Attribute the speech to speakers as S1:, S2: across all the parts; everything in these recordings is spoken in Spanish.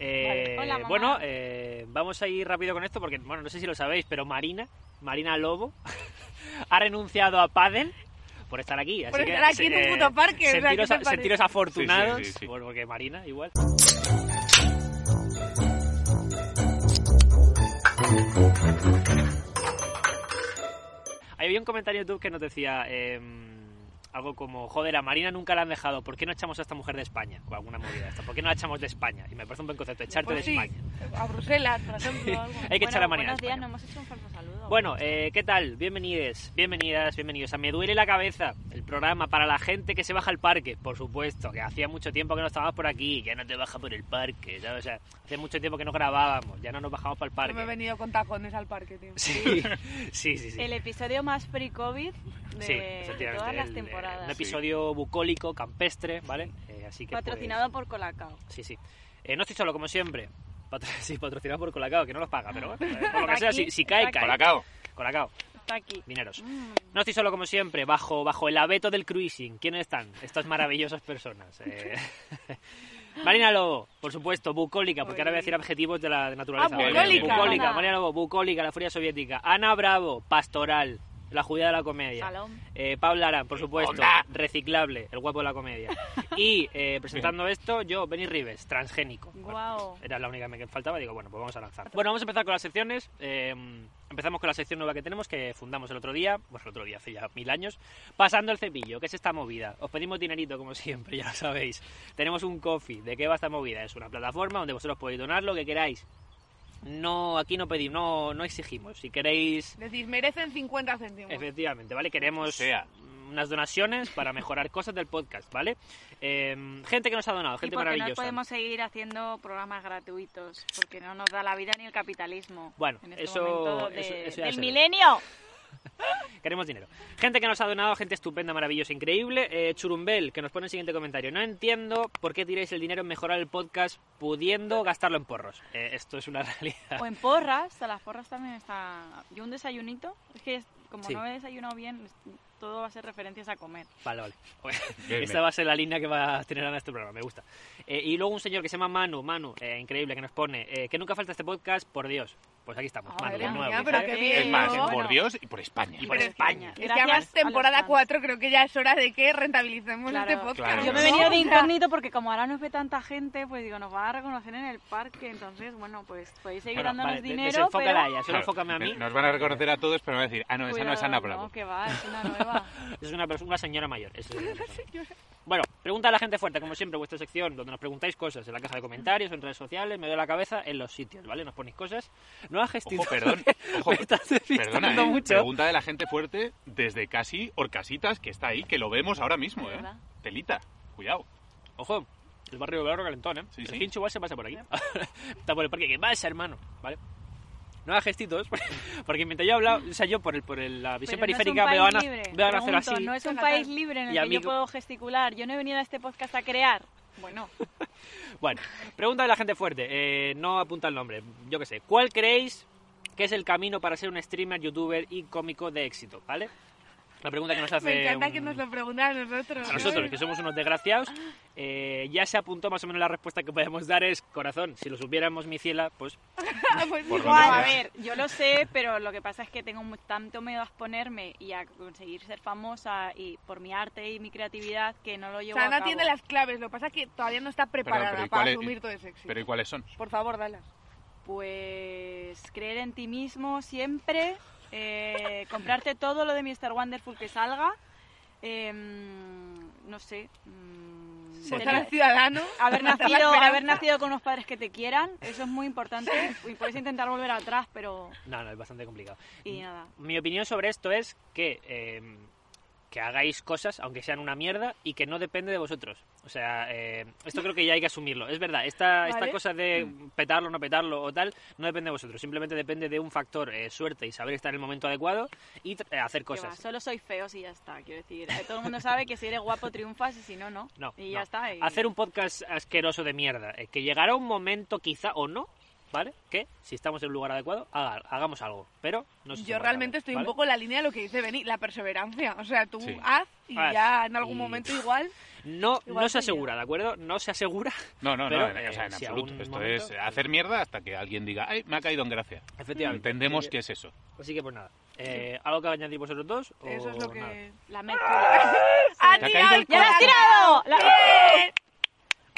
S1: Eh,
S2: Vale. Hola, mamá.
S1: bueno, eh, vamos a ir rápido con esto porque, bueno, no sé si lo sabéis, pero Marina, Marina Lobo, ha renunciado a Padel por estar aquí. Así
S2: Por
S1: que,
S2: estar aquí en un
S1: eh,
S2: puto parque, o sea,
S1: Sentiros,
S2: ¿qué te parece?
S1: sentiros afortunados,
S3: Sí, sí, sí, sí.
S1: bueno, porque Marina igual. Ahí Había un comentario en YouTube que nos decía eh, algo como, joder, a Marina nunca la han dejado, ¿por qué no echamos a esta mujer de España? O alguna movida de esta, ¿por qué no la echamos de España? Y me parece un buen concepto, echarte
S2: Pues
S1: de
S2: sí,
S1: España.
S2: a Bruselas, por ejemplo. algo.
S1: Hay que echar a Marina de
S4: Buenos días,
S1: España.
S4: no hemos hecho un falso saludo.
S1: Bueno, eh, ¿qué tal? Bienvenides, bienvenidas, bienvenidos a Me Duele la Cabeza, el programa para la gente que se baja al parque, por supuesto, que hacía mucho tiempo que no estábamos por aquí, ya no te baja por el parque, ¿sabes? O sea, hace mucho tiempo que no grabábamos, ya no nos bajamos para el
S2: Yo me he
S1: parque.
S2: venido con tacones al parque, tío.
S1: Sí, sí, sí. sí.
S4: el episodio más pre-COVID de,
S1: Sí,
S4: de
S1: efectivamente,
S4: todas
S1: el,
S4: las
S1: eh,
S4: temporadas.
S1: Un episodio bucólico, campestre, ¿vale? Eh, así que
S4: Patrocinado por Colacao.
S1: pues, sí, sí. Eh, no estoy solo, como siempre. Patro- sí, patrocinado por Colacao, que no los paga, pero bueno, eh, por lo que sea, si, si cae,
S4: Está
S1: cae.
S4: aquí.
S3: Colacao.
S1: Colacao,
S4: Está aquí.
S1: dineros.
S4: Mm,
S1: No estoy solo como siempre, bajo, bajo el abeto del cruising. ¿Quiénes están? Estas maravillosas personas. eh. Marina Lobo, por supuesto, bucólica, porque ahora voy a decir adjetivos de la de naturaleza.
S2: Ah,
S1: ¿vale?
S3: bucólica.
S1: Bucólica,
S4: Anda.
S1: Marina Lobo, bucólica, la furia soviética. Ana Bravo, pastoral, la judía de la comedia.
S4: Salón.
S1: Eh, Pablo Arán, por supuesto,
S3: Onda.
S1: reciclable, el guapo de la comedia. Y eh, presentando esto, yo, Benny Rives, transgénico.
S4: Guau.
S1: Era la única que me faltaba, digo, bueno, pues vamos a lanzar. Bueno, vamos a empezar con las secciones. Eh, empezamos con la sección nueva que tenemos, que fundamos el otro día, bueno, el otro día, hace ya mil años, pasando el cepillo, que es esta movida. Os pedimos dinerito, como siempre, ya lo sabéis. Tenemos un coffee, ¿de qué va esta movida? Es una plataforma donde vosotros podéis donar lo que queráis. No, aquí no pedimos, no, no exigimos. Si queréis
S2: Decís, merecen 50 céntimos.
S1: Efectivamente, ¿vale? Queremos
S3: sea.
S1: unas donaciones para mejorar cosas del podcast, ¿vale? Eh, gente que nos ha donado,
S4: Y
S1: gente
S4: porque no
S1: maravillosa.
S4: podemos seguir haciendo programas gratuitos, porque no nos da la vida ni el capitalismo.
S1: Bueno,
S4: en este
S1: eso-
S4: momento de-
S1: eso- eso ya
S4: del
S1: se ve.
S4: milenio.
S1: Queremos dinero. Gente que nos ha donado, gente estupenda, maravillosa, increíble. Eh, Churumbel, que nos pone el siguiente comentario. No entiendo por qué tiráis el dinero en mejorar el podcast pudiendo gastarlo en porros. Eh, esto es una realidad.
S4: O en porras, a las porras también está. Yo un desayunito, es que es- como
S1: Sí.
S4: no he desayunado bien, es- todo va a ser referencias a comer.
S1: Vale, vale.
S3: Bien,
S1: Esta va a ser la línea que va a tener Ana este programa, me gusta. Eh, y luego un señor que se llama Manu, Manu, eh, increíble, que nos pone eh, que nunca falta este podcast, por Dios. Pues aquí estamos,
S4: Ah,
S1: Manu,
S4: madre
S1: de nuevo.
S2: mía, pero
S1: ¿sabes?
S2: qué
S4: Eh,
S2: bien,
S3: Es más,
S2: Bueno.
S3: por Dios y por España.
S1: Y por
S2: Pero-
S1: España.
S2: Es que además
S4: Gracias a los
S2: temporada
S4: fans.
S2: 4 creo que ya es hora de que rentabilicemos
S4: Claro.
S2: este podcast.
S3: Claro.
S4: Yo me he
S2: ¿no?
S4: venido
S2: O sea,
S4: de incógnito porque como ahora nos ve tanta gente, pues digo, nos va a reconocer en el parque, entonces, bueno, pues podéis seguir
S1: Bueno,
S4: dándonos
S1: vale, de-
S4: dinero,
S1: desenfócala
S4: pero...
S1: a ella, solo
S3: Claro,
S1: enfócame a mí.
S3: Nos van a reconocer a todos, pero van a decir, ah, no, esa no es
S4: Cuidado,
S3: Ana Bravo.
S4: No, que va, es una nueva.
S1: Es una, persona, una señora mayor. eso es una persona. bueno, pregunta a la gente fuerte, como siempre, vuestra sección, donde nos preguntáis cosas en la caja de comentarios, en redes sociales, me doy la cabeza, en los sitios, ¿vale? Nos ponéis cosas. No has
S3: Ojo,
S1: gestionado.
S3: perdón. Ojo,
S1: Me estás
S3: perdona,
S1: despistando
S3: eh,
S1: mucho.
S3: Pregunta de la gente fuerte desde casi Orcasitas, que está ahí, que lo vemos ahora mismo, ¿eh?
S4: ¿Verdad?
S3: Telita, cuidado.
S1: Ojo, el barrio de Barro Calentón, ¿eh?
S3: Sí,
S1: el
S3: sí.
S1: pincho igual se pasa por aquí. Está por el parque, ¿qué pasa, hermano? ¿Vale? No hagas gestitos, porque mientras yo hablo, o sea, yo por, el, por el- la visión
S4: Pero no es un
S1: periférica
S4: país
S1: veo a Ana,
S4: libre.
S1: veo a Ana hacer
S4: Pregunto,
S1: así.
S4: No es un
S2: Saca
S4: país
S2: tal.
S4: libre en
S1: Y a
S4: el que
S1: mí
S4: yo
S1: que-
S4: puedo gesticular. Yo no he venido a este podcast a crear. Bueno,
S1: Bueno, pregunta de la gente fuerte. eh, no apunta el nombre. Yo qué sé. ¿Cuál creéis que es el camino para ser un streamer, youtuber y cómico de éxito? ¿Vale? La pregunta que nos hace.
S2: Me encanta
S1: un-
S2: que nos lo preguntan a nosotros.
S1: a nosotros,
S2: ¿no?
S1: que somos unos desgraciados. Eh, ya se apuntó más o menos la respuesta que podemos dar es corazón. Si lo supiéramos, mi ciela, pues
S2: Ah, pues
S3: Por
S2: igual.
S4: No, a
S3: menos.
S4: ver, yo lo sé, pero lo que pasa es que tengo mu- tanto miedo a exponerme y a conseguir ser famosa y por mi arte y mi creatividad que no lo
S2: O
S4: llevo
S2: sea,
S4: a
S2: Ana
S4: cabo.
S2: tiene las claves, lo que pasa es que todavía no está preparada
S3: pero ¿y cuál
S2: para
S3: es-
S2: asumir todo ese éxito.
S3: Pero ¿y cuáles son?
S2: Por favor, dalas.
S4: Pues creer en ti mismo siempre, eh, comprarte todo lo de Mr. Wonderful que salga, em, no sé, mm,
S1: Ser-
S2: Votar
S4: tener-
S2: al ciudadano. matar
S4: haber
S2: la
S4: nacido,
S2: esperanza.
S4: haber nacido con unos padres que te quieran, eso es muy importante y puedes intentar volver atrás, pero
S1: Mm, no, no, es bastante complicado.
S4: y nada.
S1: Mi opinión sobre esto es que eh, que hagáis cosas, aunque sean una mierda, y que no depende de vosotros. O sea, eh, esto creo que ya hay que asumirlo. Es verdad, esta, esta
S2: Vale.
S1: cosa de petarlo, no petarlo o tal, no depende de vosotros. Simplemente depende de un factor, eh, suerte y saber estar en el momento adecuado y tr- eh, hacer
S4: Que va,
S1: cosas.
S4: solo soy feo si ya está, quiero decir. eh, Todo el mundo sabe que si eres guapo triunfas y si no, no.
S1: No,
S4: y
S1: no.
S4: ya está. y-
S1: Hacer un podcast asqueroso de mierda. eh, que llegará un momento, quizá o no, ¿vale? Que si estamos en un lugar adecuado, haga- hagamos algo. Pero no sé si
S2: Yo
S1: lo
S2: realmente
S1: haremos,
S2: estoy un
S1: ¿vale?
S2: poco en la línea de lo que dice Beni, la perseverancia. O sea, tú
S3: Sí.
S2: haz y
S1: Haz.
S2: ya en algún
S1: Y-
S2: momento igual.
S1: No,
S2: Igual
S1: no se
S2: soy yo.
S1: asegura, ¿de acuerdo? No se asegura.
S3: No, no,
S1: Pero,
S3: no, en- o sea, en
S1: eh, si
S3: absoluto.
S1: algún
S3: Esto
S1: momento-
S3: es hacer mierda hasta que alguien diga, ay, me ha caído en gracia.
S1: Efectivamente.
S3: Entendemos
S1: Así
S3: que es eso.
S1: Así que pues nada. Eh, ¿Algo que añadir vosotros dos? O
S2: Eso es lo
S1: nada?
S2: que...
S4: eh, La mezcla.
S2: ¡Ha
S3: Te ha
S2: tirado
S3: caído
S2: el
S3: el
S4: ¡Ya lo has
S2: corazón!
S4: tirado! La-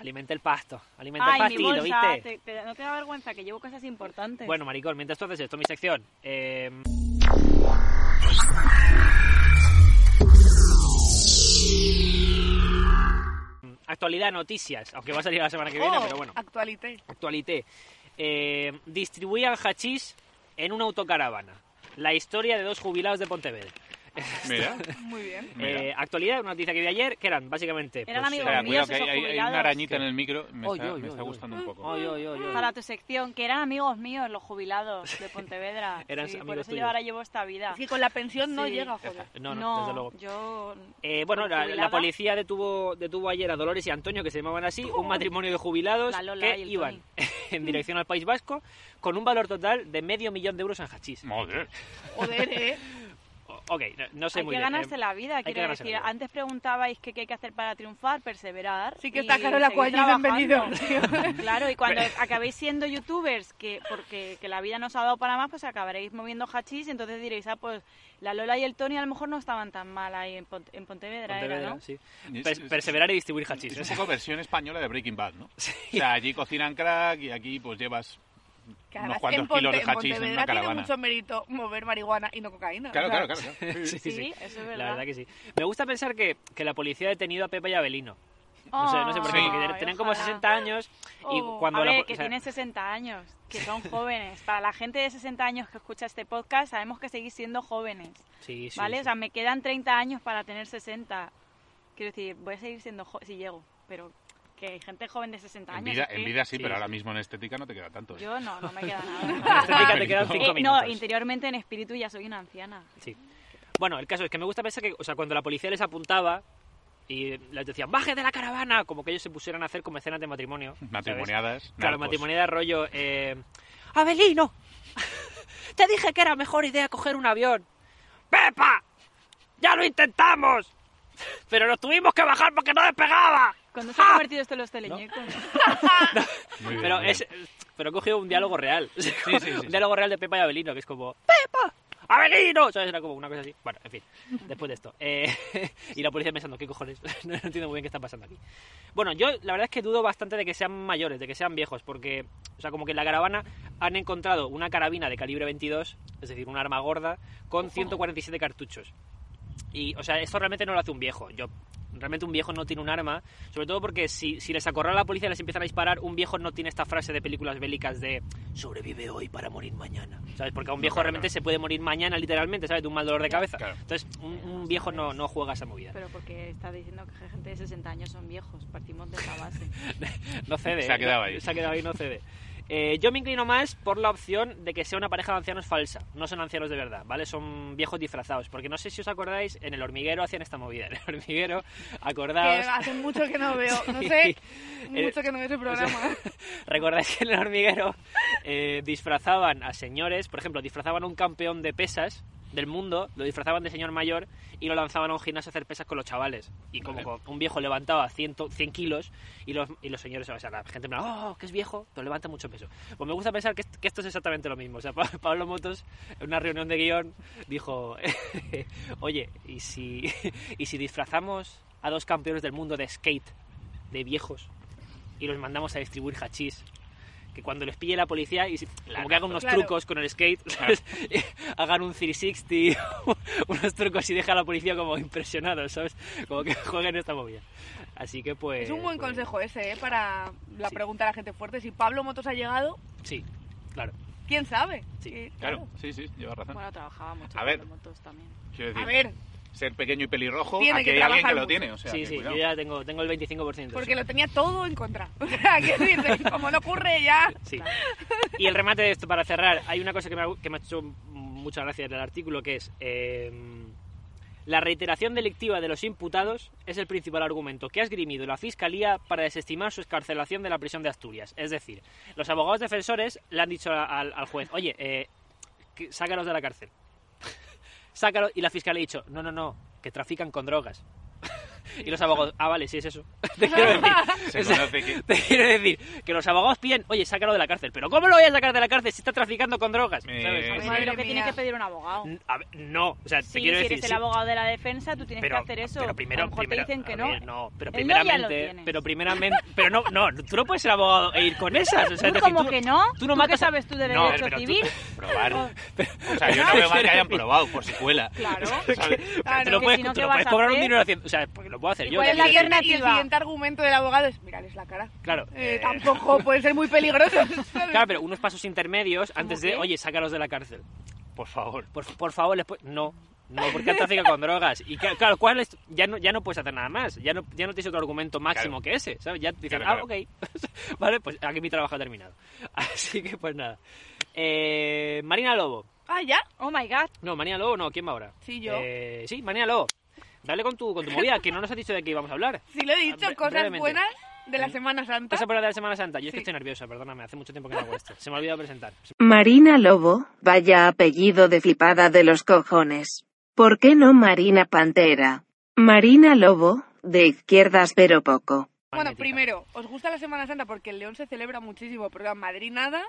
S1: Alimenta el pasto. Alimenta el
S4: Ay, mi
S1: pastilo,
S4: bolsa.
S1: ¿viste?
S4: te- te- no te da vergüenza que llevo cosas importantes.
S1: Bueno, maricón, mientras tú haces esto, mi sección. Eh, Actualidad, noticias, aunque va a salir la semana que viene,
S2: Oh,
S1: pero bueno.
S2: Actualité.
S1: Actualité. Eh, distribuían hachís en una autocaravana. La historia de dos jubilados de Pontevedra.
S3: Mira,
S2: Muy bien.
S3: mira.
S1: Eh, actualidad, una noticia que vi ayer, que eran básicamente... pues, eh,
S4: Eran amigos
S3: Espera,
S4: míos,
S3: cuidado, que
S4: esos
S3: hay, hay- hay una
S4: jubilados.
S3: arañita en el micro. Me
S1: Oy,
S3: está,
S1: oy,
S3: me
S1: oy,
S3: está
S1: oy.
S3: gustando un poco.
S1: Ay, ay, ay, ay.
S4: Para tu sección, que eran amigos míos los jubilados de Pontevedra.
S1: Eran
S4: Sí, por
S1: amigos
S4: eso
S1: tuyos.
S4: yo ahora llevo esta vida.
S2: Es que con la pensión no
S4: Sí.
S2: llega, joder.
S1: No, no, desde luego.
S4: Yo.
S1: Eh, bueno,
S4: como
S1: la, la
S4: jubilada,
S1: policía detuvo, detuvo ayer a Dolores y Antonio, que se llamaban así, un matrimonio de jubilados
S4: La Lola
S1: que
S4: y el
S1: iban en dirección al País Vasco con un valor total de medio millón de euros en hachís.
S3: Madre.
S2: Joder, ¿eh?
S1: O- Ok, no, no sé
S4: Hay
S1: muy
S4: que
S1: bien.
S4: ganarse
S1: eh,
S4: la vida,
S1: hay que
S4: quiero
S1: ganarse
S4: decir.
S1: la vida.
S4: Antes preguntabais que qué hay que hacer para triunfar, perseverar.
S2: Sí que
S4: y
S2: está claro la
S4: seguir
S2: cuadrilla han venido.
S4: trabajando. Claro, y cuando acabéis siendo youtubers, que porque que la vida nos ha dado para más, pues acabaréis moviendo hachís y entonces diréis, ah, pues la Lola y el Tony a lo mejor no estaban tan mal ahí en, Pont- en Pontevedra, era,
S1: Pontevedra,
S4: ¿no?
S1: sí.
S3: Es-
S1: Pers-
S3: es-
S1: perseverar y distribuir hachís. ¿eh?
S3: Es un poco versión española de Breaking Bad, ¿no? O sea, allí cocinan crack y aquí pues llevas...
S2: Que
S3: Unos
S2: además
S3: cuantos
S2: en, Ponte-
S3: kilos de
S2: en
S3: hachís en una
S2: Pontevedra tiene
S3: caravana.
S2: mucho mérito mover marihuana y no cocaína.
S3: Claro,
S2: o sea,
S3: claro, claro. claro.
S1: Sí, sí, sí.
S4: eso es
S1: La
S4: verdad.
S1: verdad que sí. Me gusta pensar que, que la policía ha detenido a Pepa y a Belino. No sé, no sé por qué,
S3: Sí.
S1: porque
S4: Ay,
S1: tienen como
S4: ojalá.
S1: 60 años y
S2: Oh,
S1: cuando
S4: a
S1: la
S4: ver,
S1: po-
S4: que
S1: o sea,
S4: tienen 60 años, que son jóvenes. Para la gente de 60 años que escucha este podcast, sabemos que seguís siendo jóvenes,
S1: sí, sí,
S4: ¿vale?
S1: sí.
S4: O sea, me quedan 30 años para tener 60. Quiero decir, voy a seguir siendo joven, si llego, pero que hay gente joven de 60
S3: En
S4: años.
S3: vida,
S4: es
S3: en
S4: que
S3: vida sí,
S1: Sí, sí.
S3: pero ahora mismo en estética no te queda tanto. ¿eh?
S4: Yo no, no me queda
S1: En
S4: nada.
S1: estética te quedan 5
S4: Eh, no,
S1: minutos.
S4: interiormente en espíritu ya soy una anciana.
S1: Sí. Bueno, el caso es que me gusta pensar que, o sea, cuando la policía les apuntaba y les decían, baje de la caravana, como que ellos se pusieran a hacer como escenas de matrimonio. ¿sabes?
S3: Matrimoniadas.
S1: Claro,
S3: narcos.
S1: matrimoniada rollo, eh, Abelino, te dije que era mejor idea coger un avión. ¡Pepa! ¡Ya lo intentamos! Pero nos tuvimos que bajar porque no despegaba.
S4: ¿Cuándo se ha convertido esto en los teleñecos?
S3: Muy bien,
S1: Pero
S3: muy bien.
S1: es, pero he cogido un diálogo real.
S3: sí, sí.
S1: un diálogo real de Pepa y Abelino, que es como ¡Pepa! ¡Abelino! ¿Sabes? Era como una cosa así. Bueno, en fin, después de esto. Eh, y la policía pensando, ¿qué cojones? no, no entiendo muy bien qué está pasando aquí. Bueno, yo la verdad es que dudo bastante de que sean mayores, de que sean viejos, porque, o sea, como que en la caravana han encontrado una carabina de calibre 22, es decir, un arma gorda, con 147 cartuchos. Y, o sea, esto realmente no lo hace un viejo. Yo, realmente un viejo no tiene un arma, sobre todo porque si, si les acorrala la policía y les empiezan a disparar, un viejo no tiene esta frase de películas bélicas de sobrevive hoy para morir mañana. ¿Sabes? Porque a un viejo
S3: claro,
S1: realmente
S3: claro.
S1: se puede morir mañana, literalmente, ¿sabes? De un mal dolor de cabeza.
S3: Claro.
S1: Entonces, un, un viejo no, no juega esa movida.
S4: Pero porque está diciendo que gente de 60 años son viejos, partimos de esa base.
S1: No cede.
S3: Se ha quedado
S1: no-
S3: ahí.
S1: Se ha quedado ahí, no cede. Eh, yo me inclino más por la opción de que sea una pareja de ancianos falsa. No son ancianos de verdad, ¿vale? Son viejos disfrazados. Porque no sé si os acordáis, en El Hormiguero hacían esta movida. En El Hormiguero,
S2: Que
S1: acordaos...
S2: hace mucho que no veo, no
S1: Sí.
S2: sé,
S1: Eh,
S2: mucho que no veo ese
S1: o sea,
S2: programa.
S1: ¿Recordáis que en el hormiguero eh, disfrazaban a señores? Por ejemplo, disfrazaban a un campeón de pesas del mundo, lo disfrazaban de señor mayor y lo lanzaban a un gimnasio a hacer pesas con los chavales. Y como
S3: Vale.
S1: co- un viejo levantaba 100, to- 100 kilos y los, y los señores, o sea, la gente me oh, que es viejo, pero levanta mucho peso. Pues me gusta pensar que, est- que esto es exactamente lo mismo. O sea, Pa- Pablo Motos, en una reunión de guión, dijo, oye, ¿y si, ¿y si disfrazamos a dos campeones del mundo de skate, de viejos? y los mandamos a distribuir hachís. Que cuando les pille la policía y si- como que hagan unos
S2: Claro.
S1: trucos con el skate, ¿sabes? hagan un 360, unos trucos y deja a la policía como impresionados, ¿sabes? Como que jueguen esta movida. Así que pues...
S2: es un buen
S1: pues,
S2: consejo ese, ¿eh? Para la
S1: Sí.
S2: pregunta a la gente fuerte. Si Pablo Motos ha llegado,
S1: Sí, claro.
S2: ¿quién sabe?
S1: Sí.
S2: Que-
S3: Claro, sí, sí, llevas razón.
S4: Bueno, trabajaba mucho
S3: A ver.
S4: con motos también.
S3: Quiero
S2: A
S3: decir,
S2: ver,
S3: ser pequeño y pelirrojo,
S2: Tiene
S3: aquí
S2: que
S3: hay alguien que
S2: trabajar
S3: lo
S2: mucho.
S3: tiene. O sea,
S1: sí,
S3: que
S1: sí,
S3: cuidado.
S1: yo ya tengo, tengo el 25%.
S2: Porque
S1: sí.
S2: lo tenía todo en contra. O sea, ¿qué dices? Como no ocurre ya.
S1: Sí. Y el remate de esto, para cerrar, hay una cosa que me ha, que me ha hecho mucha gracia del artículo, que es eh, la reiteración delictiva de los imputados es el principal argumento que ha esgrimido la Fiscalía para desestimar su escarcelación de la prisión de Asturias. Es decir, los abogados defensores le han dicho a- al, al juez, oye, eh, que- sácalos de la cárcel. Sácalos. Y la Fiscalía ha dicho, no, no, no, que trafican con drogas. Y los abogados, ah, vale, sí es eso. Te quiero decir,
S3: Se
S1: o sea,
S3: conoce que-
S1: te quiero decir que los abogados piden, oye, sácalo de la cárcel. Pero ¿cómo lo voy a sacar de la cárcel si está traficando con drogas?
S3: Eh,
S1: ¿Sabes?
S3: sí.
S4: Madre, lo que
S2: Madre
S4: tiene
S2: mía.
S4: que pedir un abogado.
S1: N- a ver, no, o sea, te
S4: Sí, si
S1: quiero
S4: eres
S1: decir.
S4: el
S1: sí,
S4: abogado de la defensa, tú tienes
S1: pero,
S4: que hacer eso.
S1: pero primero,
S4: a lo mejor
S1: primero-
S4: te dicen que
S1: a
S4: no.
S1: ver, no, pero
S4: El no ya lo
S1: primeramente,
S4: tienes.
S1: pero primeramente, pero no, no, tú no puedes ser abogado e ir con esas, o sea, es
S4: Uy,
S1: decir,
S4: como
S1: tú-
S4: que no?
S1: tú no
S4: ¿Tú
S1: matas
S4: qué
S1: a-
S4: sabes tú de
S1: No,
S4: derecho
S1: pero tú-
S4: civil?
S3: Probar.
S4: Oh,
S3: O sea, yo no veo mal que hayan probado, por si cuela.
S4: Claro.
S3: ¿Sabes?
S2: Claro.
S1: te lo
S4: que
S1: puedes,
S4: si no,
S1: te
S4: ¿qué
S1: lo
S4: vas
S1: puedes
S4: a
S1: cobrar un
S4: hacer?
S1: dinero haciendo, o sea, porque lo puedo hacer
S2: ¿Y
S1: yo.
S2: cuál
S1: te
S2: es la
S1: quiero decir,
S2: alternativa? Y el
S4: alternativa?
S2: siguiente argumento del abogado es mirarles la cara.
S1: Claro.
S2: Eh,
S1: eh,
S2: tampoco puede ser muy peligroso. ¿sabes?
S1: Claro, pero unos pasos intermedios antes de,
S4: qué?
S1: oye, sácalos de la cárcel.
S3: Por favor.
S1: Por, por favor, después. No, no, porque trafica con drogas. Y ca- claro, ¿cuál es? Ya, no, ya no puedes hacer nada más. Ya no, ya no tienes otro argumento máximo que ese, ¿sabes? Ya dices, ah,
S3: Claro,
S1: ok. vale, pues aquí mi trabajo ha terminado. Así que, pues nada. Eh, Marina Lobo.
S2: Ah, ya.
S4: Oh my god.
S1: No, Marina Lobo no, ¿quién va ahora?
S2: Sí, yo.
S1: Eh, sí, Marina Lobo. Dale con tu, con tu movida, que no nos has dicho de qué íbamos a hablar.
S2: Sí lo he dicho,
S1: Bre-
S2: cosas
S1: brevemente.
S2: buenas de la Semana Santa.
S1: Cosa por la de la Semana Santa. Yo es que
S2: ¿Ah? Sí.
S1: estoy nerviosa, perdóname, hace mucho tiempo que no hago esto. Se me ha olvidado presentar.
S5: Marina Lobo, vaya apellido de flipada de los cojones. ¿Por qué no Marina Pantera? Marina Lobo, de izquierdas pero poco.
S2: Bueno,
S1: Magnética.
S2: primero, ¿os gusta la Semana Santa? Porque en León se celebra muchísimo, pero en Madrid nada.